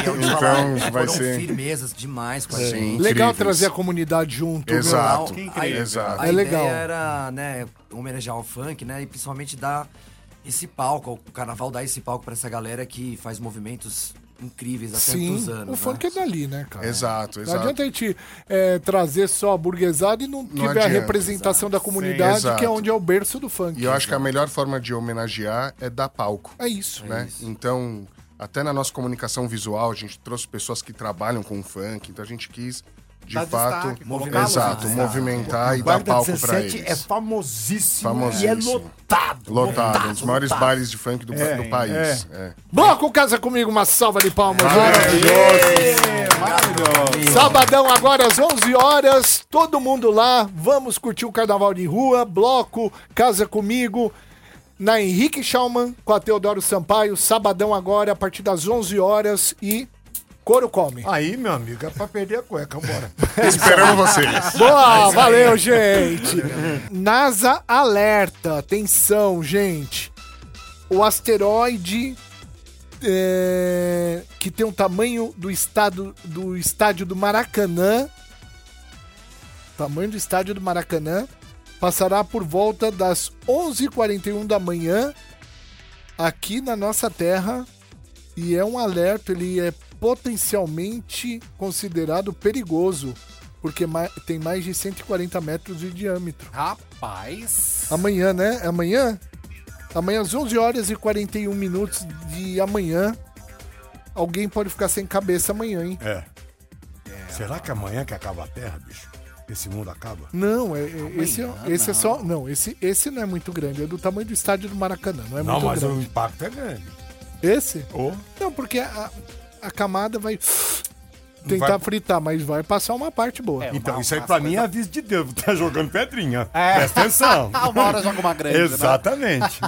[SPEAKER 10] então, vai
[SPEAKER 4] né? Foram
[SPEAKER 10] ser.
[SPEAKER 4] firmezas demais com a
[SPEAKER 10] Sim.
[SPEAKER 4] gente.
[SPEAKER 3] Legal trazer a comunidade junto. né?
[SPEAKER 10] Exato.
[SPEAKER 3] Não,
[SPEAKER 4] A,
[SPEAKER 3] aí-
[SPEAKER 4] a
[SPEAKER 3] É legal.
[SPEAKER 4] ideia era, né, homenagear o funk, né, e principalmente dar esse palco, o carnaval dá esse palco pra essa galera que faz movimentos incríveis há tantos
[SPEAKER 3] Sim,
[SPEAKER 4] anos.
[SPEAKER 3] o
[SPEAKER 4] né?
[SPEAKER 3] funk é dali, né, cara?
[SPEAKER 10] Exato,
[SPEAKER 3] Não adianta a gente eh, trazer só a burguesada e não, tiver a
[SPEAKER 10] adianta.
[SPEAKER 3] representação da comunidade, que
[SPEAKER 10] Sim,
[SPEAKER 3] é
[SPEAKER 10] exato.
[SPEAKER 3] onde é o berço do funk.
[SPEAKER 10] E eu acho que a melhor forma de homenagear é dar palco.
[SPEAKER 3] É isso.
[SPEAKER 10] Né? Então, até na nossa comunicação visual, a gente trouxe pessoas que trabalham com o funk, então a gente quis, de
[SPEAKER 9] Dar
[SPEAKER 10] fato,
[SPEAKER 9] destaque,
[SPEAKER 10] movimentar,
[SPEAKER 9] colocá-los
[SPEAKER 10] exato,
[SPEAKER 9] mais.
[SPEAKER 10] movimentar e
[SPEAKER 9] O Baile
[SPEAKER 10] dar
[SPEAKER 9] da
[SPEAKER 10] palco pra
[SPEAKER 9] 17
[SPEAKER 10] eles.
[SPEAKER 9] é famosíssimo,
[SPEAKER 10] Famosíssimo.
[SPEAKER 9] e é lotado.
[SPEAKER 10] Lotado, um dos maiores
[SPEAKER 9] lotado.
[SPEAKER 10] bailes de funk do,
[SPEAKER 9] É,
[SPEAKER 10] do país. É.
[SPEAKER 3] Bloco Casa Comigo, uma salva de palmas.
[SPEAKER 10] Maravilhoso.
[SPEAKER 3] Sabadão, agora às 11 horas, todo mundo lá, vamos curtir o Carnaval de Rua, Bloco, Casa Comigo, na Henrique Schaumann, com a Teodoro Sampaio, sabadão agora, a partir das 11 horas e couro come.
[SPEAKER 9] Aí, meu amigo, é pra perder a cueca, bora.
[SPEAKER 10] É. Esperamos vocês.
[SPEAKER 3] Boa, valeu, gente. NASA alerta, atenção, gente. O asteroide é, que tem o tamanho do estado do estádio do Maracanã, tamanho do estádio do Maracanã, passará por volta das 11h41 da manhã aqui na nossa terra e é um alerta, ele é potencialmente considerado perigoso, porque ma- tem mais de 140 metros de diâmetro.
[SPEAKER 5] Rapaz!
[SPEAKER 3] Amanhã, né? É Amanhã? Amanhã às 11 horas e 41 minutos de amanhã, alguém pode ficar sem cabeça amanhã, hein?
[SPEAKER 9] É. Será que amanhã que acaba a Terra, bicho? Esse mundo acaba?
[SPEAKER 3] Não, é- é- esse, é-
[SPEAKER 9] Amanhã,
[SPEAKER 3] esse é só. Não, esse, esse não é muito grande. É do tamanho do estádio do Maracanã. Não é
[SPEAKER 9] não,
[SPEAKER 3] muito
[SPEAKER 9] mas o
[SPEAKER 3] grande.
[SPEAKER 9] impacto é grande.
[SPEAKER 3] Esse?
[SPEAKER 9] Oh.
[SPEAKER 3] Não, porque a, a camada vai
[SPEAKER 9] Não
[SPEAKER 3] tentar
[SPEAKER 9] vai-
[SPEAKER 3] fritar, mas vai passar uma parte boa.
[SPEAKER 9] então, isso aí pra mim é aviso de Deus. Tá jogando pedrinha. Presta atenção.
[SPEAKER 3] Uma hora joga uma grande, né?
[SPEAKER 9] Exatamente.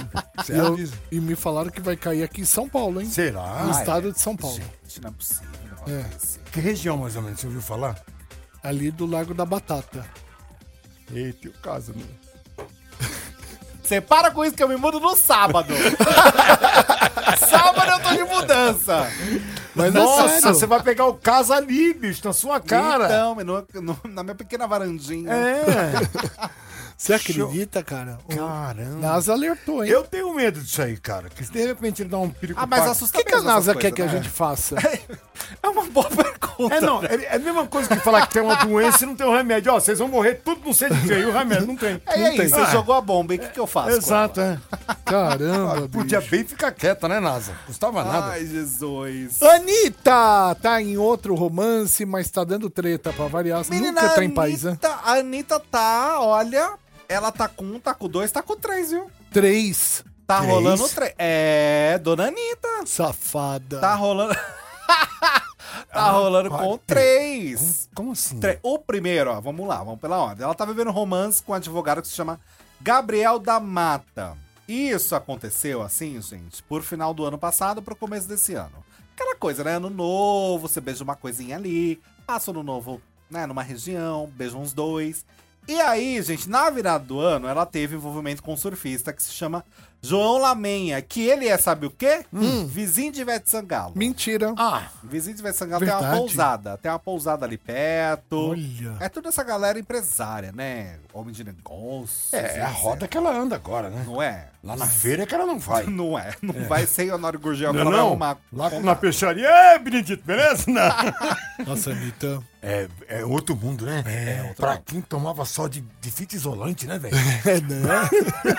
[SPEAKER 3] E, eu- e me falaram que vai cair aqui em São Paulo, hein?
[SPEAKER 9] Será?
[SPEAKER 3] No
[SPEAKER 9] Ah,
[SPEAKER 3] estado de São Paulo.
[SPEAKER 5] Isso não é possível.
[SPEAKER 3] É.
[SPEAKER 9] Que região, mais ou menos, você ouviu falar?
[SPEAKER 3] Ali do Lago da Batata.
[SPEAKER 9] Eita, o caso, né?
[SPEAKER 5] Você para com isso que eu me mudo no sábado. sábado eu tô de mudança.
[SPEAKER 3] é
[SPEAKER 9] Mas Nossa, Ah, você vai pegar o caso ali, bicho, na sua cara.
[SPEAKER 5] Então, no- no- na minha pequena varandinha.
[SPEAKER 9] É.
[SPEAKER 3] Você acredita, cara?
[SPEAKER 9] Caramba.
[SPEAKER 3] NASA alertou, hein?
[SPEAKER 9] Eu tenho medo disso aí, cara. Que se de repente ele dá um perigo.
[SPEAKER 3] Ah, mas assusta O que que a mesmo NASA essas quer coisas, que a né? gente faça?
[SPEAKER 9] É uma boa pergunta. É, não. É, é a mesma coisa que falar que tem uma doença e não tem um remédio. Ó, vocês vão morrer tudo, não sei de quê. E o remédio não tem.
[SPEAKER 5] É, e
[SPEAKER 9] Não
[SPEAKER 5] aí,
[SPEAKER 9] tem.
[SPEAKER 5] você
[SPEAKER 9] Ah,
[SPEAKER 5] jogou a bomba, e o que, que eu faço? com
[SPEAKER 9] Exato, é.
[SPEAKER 3] Caramba,
[SPEAKER 9] Podia bem ficar quieta, né, NASA? Custava
[SPEAKER 5] ela?
[SPEAKER 9] nada.
[SPEAKER 5] Ai, Jesus.
[SPEAKER 3] Anitta tá em outro romance, mas tá dando treta pra variar.
[SPEAKER 5] Menina,
[SPEAKER 3] Nunca tá em
[SPEAKER 5] Anitta-
[SPEAKER 3] país, né?
[SPEAKER 5] A Anitta tá, olha, ela tá com um, tá com dois, tá com três, viu?
[SPEAKER 3] Três.
[SPEAKER 5] Tá
[SPEAKER 3] né? Três?
[SPEAKER 5] rolando três. É, dona Anitta.
[SPEAKER 3] Safada.
[SPEAKER 5] Tá rolando. Tá rolando com três.
[SPEAKER 4] Como assim?
[SPEAKER 5] Tre- O primeiro, ó, vamos lá, vamos pela ordem. Ela tá vivendo um romance com um advogado que se chama Gabriel da Mata. Isso aconteceu, assim, gente, por final do ano passado pro começo desse ano. Aquela coisa, né? Ano novo, você beija uma coisinha ali, passa o ano novo, né, numa região, beija uns dois. E aí, gente, na virada do ano, ela teve envolvimento com um surfista que se chama João Lamenha, que ele é, sabe o quê? Vizinho de Ivete Sangalo.
[SPEAKER 3] Mentira.
[SPEAKER 5] Ah, vizinho de Ivete Sangalo tem uma
[SPEAKER 3] Verdade.
[SPEAKER 5] pousada. Tem uma pousada ali perto.
[SPEAKER 4] Olha.
[SPEAKER 5] É toda essa galera empresária, né? Homem de negócios.
[SPEAKER 4] É, é a roda que ela anda agora, né?
[SPEAKER 5] Não é?
[SPEAKER 4] Lá na feira que ela não vai.
[SPEAKER 5] Não é, não vai sem Honório Gurgel que
[SPEAKER 4] Não, é
[SPEAKER 5] ela vai
[SPEAKER 4] não.
[SPEAKER 5] arrumar.
[SPEAKER 4] Lá
[SPEAKER 5] com-
[SPEAKER 4] na peixaria, é, Benedito, beleza?
[SPEAKER 3] Nossa, Anitta.
[SPEAKER 4] É, é outro mundo, né? É, pra quem tomava só de, de fita isolante, né, velho?
[SPEAKER 3] É, né?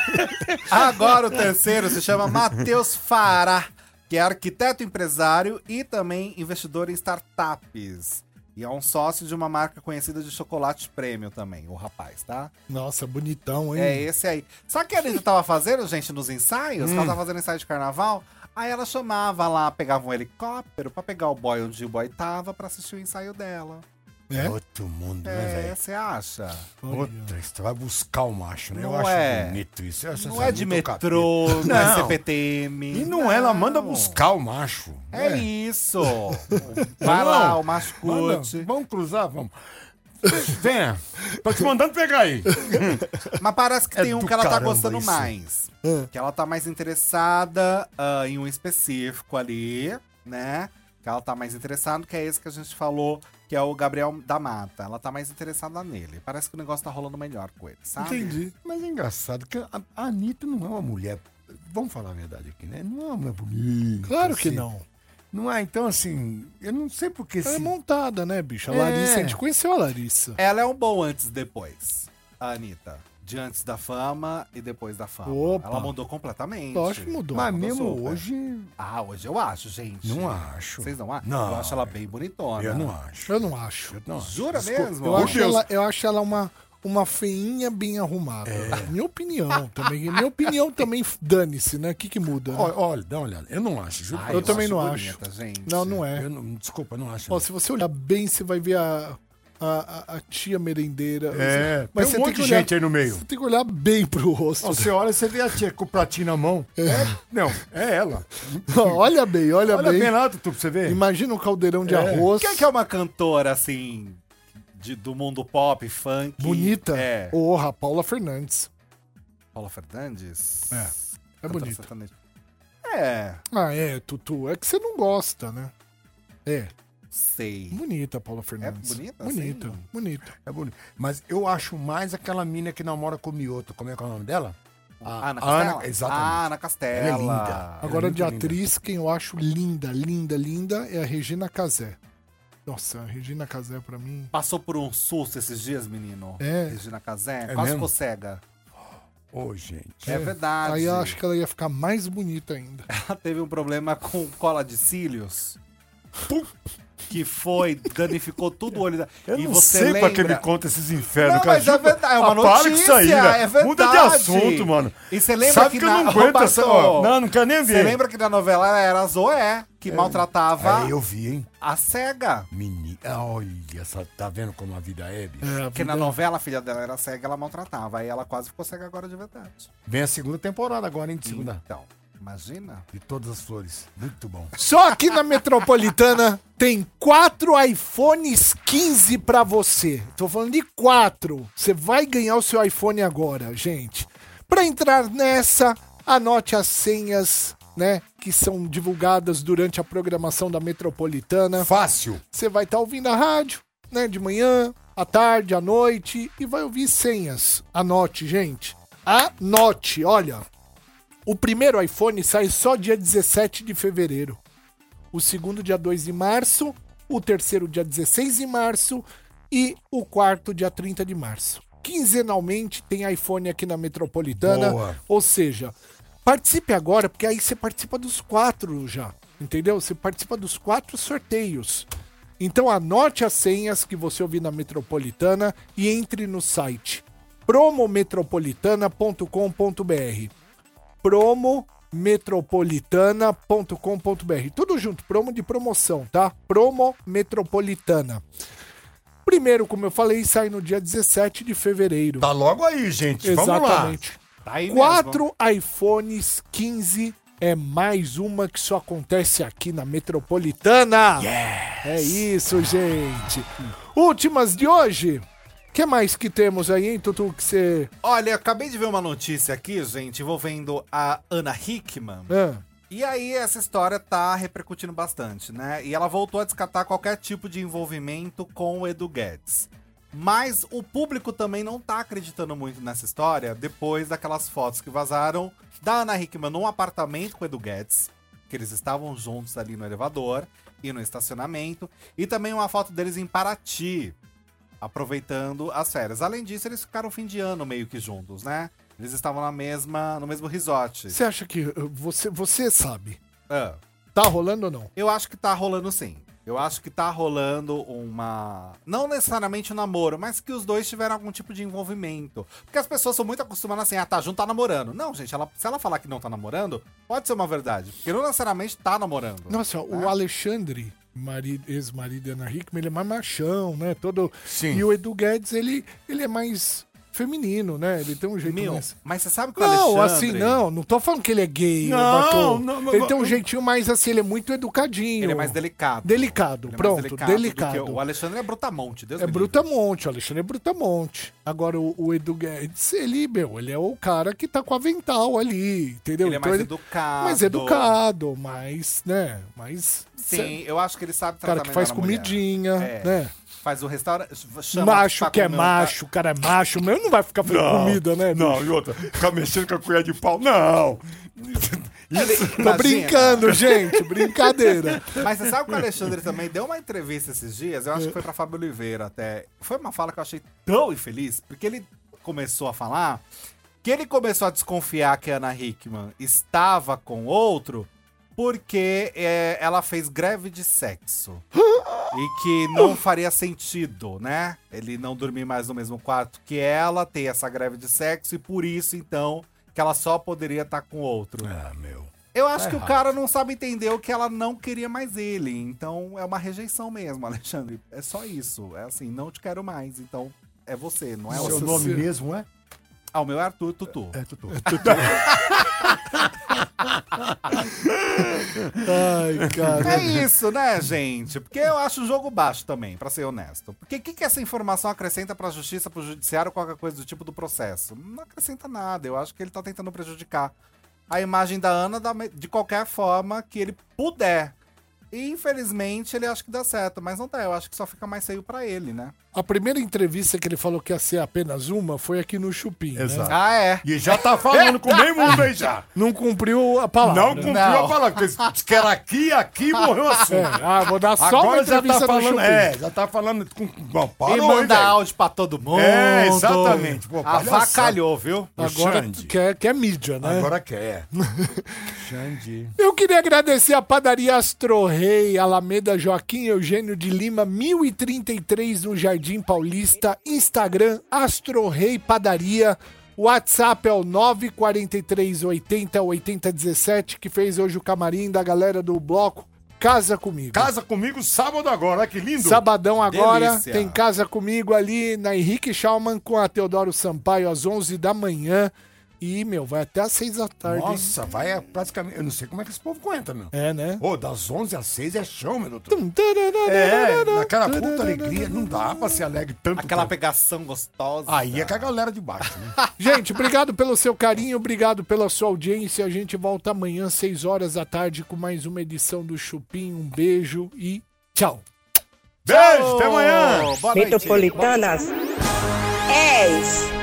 [SPEAKER 5] Agora o terceiro se chama Matheus Fará, que é arquiteto empresário e também investidor em startups. E é um sócio de uma marca conhecida de chocolate prêmio também, o rapaz, tá?
[SPEAKER 3] Nossa, bonitão, hein?
[SPEAKER 5] É esse aí. Sabe o que a Anitta tava fazendo, gente, nos ensaios? Que
[SPEAKER 3] Hum.
[SPEAKER 5] Ela tava fazendo ensaio de carnaval. Aí ela chamava lá, pegava um helicóptero pra pegar o boy onde o boy tava pra assistir o ensaio dela.
[SPEAKER 4] É outro mundo, né,
[SPEAKER 5] É,
[SPEAKER 4] velho?
[SPEAKER 5] você acha?
[SPEAKER 4] Puta, você vai buscar o macho, né? Eu
[SPEAKER 5] Não
[SPEAKER 4] acho
[SPEAKER 5] é.
[SPEAKER 4] bonito isso. Eu acho
[SPEAKER 5] Não
[SPEAKER 4] essa
[SPEAKER 5] é de
[SPEAKER 4] Anitta um
[SPEAKER 5] metrô,
[SPEAKER 4] capeta.
[SPEAKER 5] não é CPTM.
[SPEAKER 4] E não, é, ela manda buscar o macho.
[SPEAKER 5] É
[SPEAKER 4] né?
[SPEAKER 5] isso! Vai lá, o mascote.
[SPEAKER 4] Manda, Vamos cruzar, vamos. Venha, tô te mandando pegar aí.
[SPEAKER 5] Mas parece que
[SPEAKER 4] É
[SPEAKER 5] tem um
[SPEAKER 4] do
[SPEAKER 5] que ela tá
[SPEAKER 4] caramba
[SPEAKER 5] gostando
[SPEAKER 4] isso. É.
[SPEAKER 5] mais. Que ela tá mais interessada ah, em um específico ali, né? Que ela tá mais interessada, que é esse que a gente falou, que é o Gabriel da Mata. Ela tá mais interessada nele. Parece que o negócio tá rolando melhor com ele, sabe?
[SPEAKER 4] Entendi. Mas é engraçado que a a Anitta não é uma mulher. Vamos falar a verdade aqui, né? Não é uma mulher bonita.
[SPEAKER 3] Claro que não.
[SPEAKER 4] Não é, então assim, eu não sei porque
[SPEAKER 3] Ela é
[SPEAKER 4] se-
[SPEAKER 3] montada, né, bicho? A
[SPEAKER 4] É.
[SPEAKER 3] Larissa, a gente conheceu a Larissa.
[SPEAKER 5] Ela é um bom antes e depois, a Anitta. De antes da fama e depois da fama.
[SPEAKER 4] Opa.
[SPEAKER 5] Ela mudou completamente.
[SPEAKER 4] Lógico que mudou. Mas mesmo hoje-
[SPEAKER 5] Ah, hoje eu acho, gente.
[SPEAKER 4] Não acho.
[SPEAKER 5] Vocês não acham?
[SPEAKER 4] Não.
[SPEAKER 5] Eu acho ela bem bonitona.
[SPEAKER 4] Eu não acho.
[SPEAKER 3] Eu não acho.
[SPEAKER 4] não acho.
[SPEAKER 5] Jura
[SPEAKER 4] Desculpa.
[SPEAKER 5] mesmo?
[SPEAKER 3] Eu
[SPEAKER 5] Por
[SPEAKER 3] acho,
[SPEAKER 5] Deus.
[SPEAKER 3] ela, eu acho ela uma, uma feinha bem arrumada.
[SPEAKER 4] É.
[SPEAKER 3] Minha opinião também. Minha opinião também, dane-se, né? O que, que muda? né?
[SPEAKER 4] Olha, olha, dá uma olhada. Eu não acho, juro.
[SPEAKER 3] Ah,
[SPEAKER 4] pra
[SPEAKER 3] eu
[SPEAKER 4] você.
[SPEAKER 3] também não acho. Não, não é.
[SPEAKER 4] Eu não- desculpa, eu não acho.
[SPEAKER 3] Ó, se você olhar bem, você vai ver a, a, a- a tia merendeira.
[SPEAKER 4] É,
[SPEAKER 3] mas
[SPEAKER 4] tem
[SPEAKER 3] você
[SPEAKER 4] um monte
[SPEAKER 3] tem que
[SPEAKER 4] de
[SPEAKER 3] olhar-
[SPEAKER 4] gente aí no meio.
[SPEAKER 3] Você tem que olhar bem pro rosto.
[SPEAKER 4] Ó, Você olha e você vê a tia com o pratinho na mão. É. não, é ela.
[SPEAKER 3] olha bem, olha,
[SPEAKER 4] Olha
[SPEAKER 3] bem.
[SPEAKER 4] bem lá, Tutu, pra você ver.
[SPEAKER 3] Imagina um caldeirão de arroz.
[SPEAKER 5] Quem que é uma cantora, assim, de- do mundo pop, funk?
[SPEAKER 3] Bonita.
[SPEAKER 5] É.
[SPEAKER 3] Porra, Paula Fernandes.
[SPEAKER 5] Paula Fernandes?
[SPEAKER 3] É. É
[SPEAKER 5] Cantora
[SPEAKER 3] bonita.
[SPEAKER 5] sertaneja. É,
[SPEAKER 3] Ah, é, Tutu. É que você não gosta, né? É.
[SPEAKER 5] sei. É
[SPEAKER 3] Bonita, a Paula Fernandes.
[SPEAKER 5] bonita,
[SPEAKER 3] Bonita,
[SPEAKER 5] assim?
[SPEAKER 3] bonita.
[SPEAKER 4] É bonito. Mas eu acho mais aquela mina que namora com o Mioto. Como é que é o nome dela? A
[SPEAKER 5] Ana Castela?
[SPEAKER 4] Ah, Exatamente.
[SPEAKER 5] Ah, Ana Castela.
[SPEAKER 4] Ela é linda.
[SPEAKER 3] Agora,
[SPEAKER 4] Ela é
[SPEAKER 3] de
[SPEAKER 4] muito linda.
[SPEAKER 3] atriz, quem eu acho linda, linda, linda é a Regina Casé. Nossa, a Regina Casé pra mim.
[SPEAKER 5] Passou por um susto esses dias, menino.
[SPEAKER 3] É.
[SPEAKER 5] Regina Casé.
[SPEAKER 4] É
[SPEAKER 5] Quase
[SPEAKER 4] mesmo?
[SPEAKER 5] ficou cega.
[SPEAKER 4] Ô, gente.
[SPEAKER 5] É, verdade.
[SPEAKER 3] Aí eu acho que ela ia ficar mais bonita ainda.
[SPEAKER 5] Ela teve um problema com cola de cílios. Que foi, danificou tudo o olho da.
[SPEAKER 4] Eu
[SPEAKER 5] e
[SPEAKER 4] não
[SPEAKER 5] você
[SPEAKER 4] sei
[SPEAKER 5] lembra...
[SPEAKER 4] pra que me conta esses infernos,
[SPEAKER 5] Não,
[SPEAKER 4] cara.
[SPEAKER 5] mas é
[SPEAKER 4] Juro-
[SPEAKER 5] verdade, é uma
[SPEAKER 4] Ah, Para com isso aí,
[SPEAKER 5] notícia,
[SPEAKER 4] velho.
[SPEAKER 5] é verdade.
[SPEAKER 4] Muda de assunto, mano.
[SPEAKER 5] E você lembra
[SPEAKER 4] Sabe
[SPEAKER 5] que
[SPEAKER 4] que, eu não
[SPEAKER 5] na-
[SPEAKER 4] aguento
[SPEAKER 5] Roberto,
[SPEAKER 4] essa... ó, Não, não quero nem ver.
[SPEAKER 5] Você lembra que na novela ela era a Zoé, que maltratava
[SPEAKER 4] Aí É. eu vi, hein?
[SPEAKER 5] a cega.
[SPEAKER 4] Menina, olha, só tá vendo como a vida é, bicho?
[SPEAKER 5] Porque na novela a filha dela era cega, ela maltratava. Aí ela quase ficou cega agora de verdade.
[SPEAKER 4] Vem a segunda temporada agora, hein? De segunda.
[SPEAKER 5] Então, imagina.
[SPEAKER 4] De todas as flores. Muito bom.
[SPEAKER 3] Só aqui na Metropolitana tem quatro iPhones 15 pra você. Tô falando de quatro. Você vai ganhar o seu iPhone agora, gente. Pra entrar nessa, anote as senhas, né, que são divulgadas durante a programação da Metropolitana.
[SPEAKER 4] Fácil.
[SPEAKER 3] Você vai estar ouvindo a rádio, né, de manhã, à tarde, à noite e vai ouvir senhas. Anote, gente. Anote, olha. O primeiro iPhone sai só dia 17 de fevereiro o segundo dia 2 de março, o terceiro dia 16 de março e o quarto dia 30 de março. Quinzenalmente tem iPhone aqui na Metropolitana,
[SPEAKER 4] Boa.
[SPEAKER 3] ou seja, participe agora, porque aí você participa dos quatro já, entendeu? Você participa dos quatro sorteios. Então anote as senhas que você ouvir na Metropolitana e entre no site promometropolitana.com.br promometropolitana.com.br promometropolitana.com.br. Tudo junto, promo de promoção, tá? Promo Metropolitana. Primeiro, como eu falei, sai no dia 17 de fevereiro.
[SPEAKER 9] Tá logo aí, gente. Vamos lá. Tá
[SPEAKER 3] Exatamente. Quatro iPhones 15 é mais uma que só acontece aqui na Metropolitana. É isso, gente. Últimas de hoje. O que mais que temos aí, hein, Tutu, que você...
[SPEAKER 5] Olha, eu acabei de ver uma notícia aqui, gente, envolvendo a Ana Hickman.
[SPEAKER 3] Ah.
[SPEAKER 5] E aí essa história tá repercutindo bastante, né? E ela voltou a descartar qualquer tipo de envolvimento com o Edu Guedes. Mas o público também não tá acreditando muito nessa história depois daquelas fotos que vazaram da Ana Hickman num apartamento com o Edu Guedes, que eles estavam juntos ali no elevador e no estacionamento, e também uma foto deles em Paraty, aproveitando as férias. Além disso, eles ficaram um fim de ano meio que juntos, né? Eles estavam na mesma, no mesmo resort.
[SPEAKER 3] Você acha que... uh, Você, você sabe.
[SPEAKER 5] Ah.
[SPEAKER 3] Tá rolando ou não?
[SPEAKER 5] Eu acho que tá rolando sim. Eu acho que tá rolando uma. Não necessariamente um namoro, mas que os dois tiveram algum tipo de envolvimento. Porque as pessoas são muito acostumadas assim, ah, tá junto, tá namorando. Não, gente, ela- se ela falar que não tá namorando, pode ser uma verdade. Porque não necessariamente tá namorando.
[SPEAKER 3] Nossa,
[SPEAKER 5] Tá.
[SPEAKER 3] o Alexandre, marido- ex-marido da Ana Hickman, ele é mais machão, né? Todo... Sim. E o Edu Guedes, ele, ele é mais feminino, né? Ele tem um jeito
[SPEAKER 5] Meu,
[SPEAKER 3] mais...
[SPEAKER 5] mas você sabe que o
[SPEAKER 3] Não,
[SPEAKER 5] Alexandre-
[SPEAKER 3] assim, não. Não tô falando que ele é gay.
[SPEAKER 5] Não,
[SPEAKER 3] Bartô.
[SPEAKER 5] não, mas-
[SPEAKER 3] Ele tem um
[SPEAKER 5] eu-
[SPEAKER 3] jeitinho mais assim, ele é muito educadinho.
[SPEAKER 5] Ele é mais delicado.
[SPEAKER 3] Delicado,
[SPEAKER 5] Ele é mais
[SPEAKER 3] pronto,
[SPEAKER 5] delicado
[SPEAKER 3] delicado.
[SPEAKER 5] do que o- O Alexandre é brutamonte, Deus
[SPEAKER 3] É
[SPEAKER 5] me
[SPEAKER 3] Brutamonte, o Alexandre é Brutamonte. Agora, o, o Edu Guedes, ele, meu, ele é o cara que tá com a vental ali, entendeu? Então
[SPEAKER 5] Ele é mais educado.
[SPEAKER 3] Mais educado, mais, né, mais...
[SPEAKER 5] Sim, eu acho que ele sabe
[SPEAKER 3] Cara que faz
[SPEAKER 5] da mulher. É,
[SPEAKER 3] comidinha, né?
[SPEAKER 5] Faz o restaurante. chama
[SPEAKER 3] macho
[SPEAKER 5] pra
[SPEAKER 3] que é
[SPEAKER 5] comer um-
[SPEAKER 3] macho, o cara é macho, meu, não vai ficar fazendo
[SPEAKER 9] Não,
[SPEAKER 3] comida, né?
[SPEAKER 9] Não,
[SPEAKER 3] bicho?
[SPEAKER 9] e outra, ficar mexendo com a colher de pau, não.
[SPEAKER 3] Tô brincando, gente, brincadeira.
[SPEAKER 5] Mas você sabe que o Alexandre também deu uma entrevista esses dias, eu acho que foi pra Fábio Oliveira até. Foi uma fala que eu achei tão infeliz, porque ele começou a falar que ele começou a desconfiar que a Ana Hickman estava com outro porque é, ela fez greve de sexo. e que não faria sentido, né? Ele não dormir mais no mesmo quarto que ela, ter essa greve de sexo, e por isso, então, que ela só poderia estar com outro.
[SPEAKER 9] Ah, meu.
[SPEAKER 5] Eu acho
[SPEAKER 9] Tá
[SPEAKER 5] que o
[SPEAKER 9] errado.
[SPEAKER 5] cara não sabe entender o que ela não queria mais ele. Então é uma rejeição mesmo, Alexandre. É só isso. É assim, não te quero mais. Então é você, não é
[SPEAKER 9] Seu
[SPEAKER 5] você.
[SPEAKER 9] nome mesmo é?
[SPEAKER 5] Ah, o meu é Arthur Tutu. É,
[SPEAKER 9] Tutu.
[SPEAKER 3] Ai, cara.
[SPEAKER 5] É isso, né, gente? Porque eu acho o jogo baixo também, pra ser honesto. Porque o que, que essa informação acrescenta pra justiça, pro judiciário, qualquer coisa do tipo do processo? Não acrescenta nada. Eu acho que ele tá tentando prejudicar a imagem da Ana da me- de qualquer forma que ele puder. E infelizmente ele acha que dá certo, mas não dá. Eu acho que só fica mais feio pra ele, né?
[SPEAKER 3] A primeira entrevista que ele falou que ia ser apenas uma foi aqui no Chupim,
[SPEAKER 5] Exato.
[SPEAKER 3] né?
[SPEAKER 5] Ah, é.
[SPEAKER 9] E já tá falando com meio mundo aí já.
[SPEAKER 3] Não cumpriu a palavra.
[SPEAKER 9] Não cumpriu a palavra. porque se- se quer aqui, aqui morreu assim.
[SPEAKER 3] É, ah, vou dar só uma
[SPEAKER 9] Agora já
[SPEAKER 3] entrevista
[SPEAKER 9] tá
[SPEAKER 3] no
[SPEAKER 9] falando,
[SPEAKER 3] Chupim.
[SPEAKER 9] É, já tá falando com. Bom,
[SPEAKER 5] e
[SPEAKER 9] parou,
[SPEAKER 5] manda
[SPEAKER 9] hein, velho?
[SPEAKER 5] áudio pra todo mundo.
[SPEAKER 9] É, exatamente. Pô, palhaçada.
[SPEAKER 5] Avacalhou, viu?
[SPEAKER 9] O
[SPEAKER 3] Agora
[SPEAKER 9] Xande.
[SPEAKER 3] quer, quer mídia, né?
[SPEAKER 9] Agora quer. Xande.
[SPEAKER 3] Eu queria agradecer a padaria Astro Rei, Alameda Joaquim Eugênio de Lima, 1033 no Jardim Paulista, Instagram Astro Rei Padaria, WhatsApp é o 943808017, que fez hoje o camarim da galera do bloco Casa Comigo.
[SPEAKER 9] Casa comigo sábado agora, olha que lindo.
[SPEAKER 3] Sabadão agora,
[SPEAKER 9] Delícia.
[SPEAKER 3] tem casa comigo ali na Henrique Schaumann com a Teodoro Sampaio às 11 da manhã. E, meu, vai até às 6 da tarde. hein?
[SPEAKER 9] Nossa, vai a- praticamente. Eu não sei como é que esse povo aguenta, meu.
[SPEAKER 3] É, né?
[SPEAKER 9] Ô, das 11 às 6 é chão, meu doutor. É,
[SPEAKER 3] né?
[SPEAKER 9] naquela puta alegria, não dá pra ser alegre tanto.
[SPEAKER 5] Aquela pegação gostosa.
[SPEAKER 9] então. Aí é com a galera de baixo, né?
[SPEAKER 3] Gente, obrigado pelo seu carinho, obrigado pela sua audiência. A gente volta amanhã, 6 horas da tarde, com mais uma edição do Chupim. Um beijo e tchau.
[SPEAKER 9] Beijo, até amanhã.
[SPEAKER 16] Metropolitanas. 10.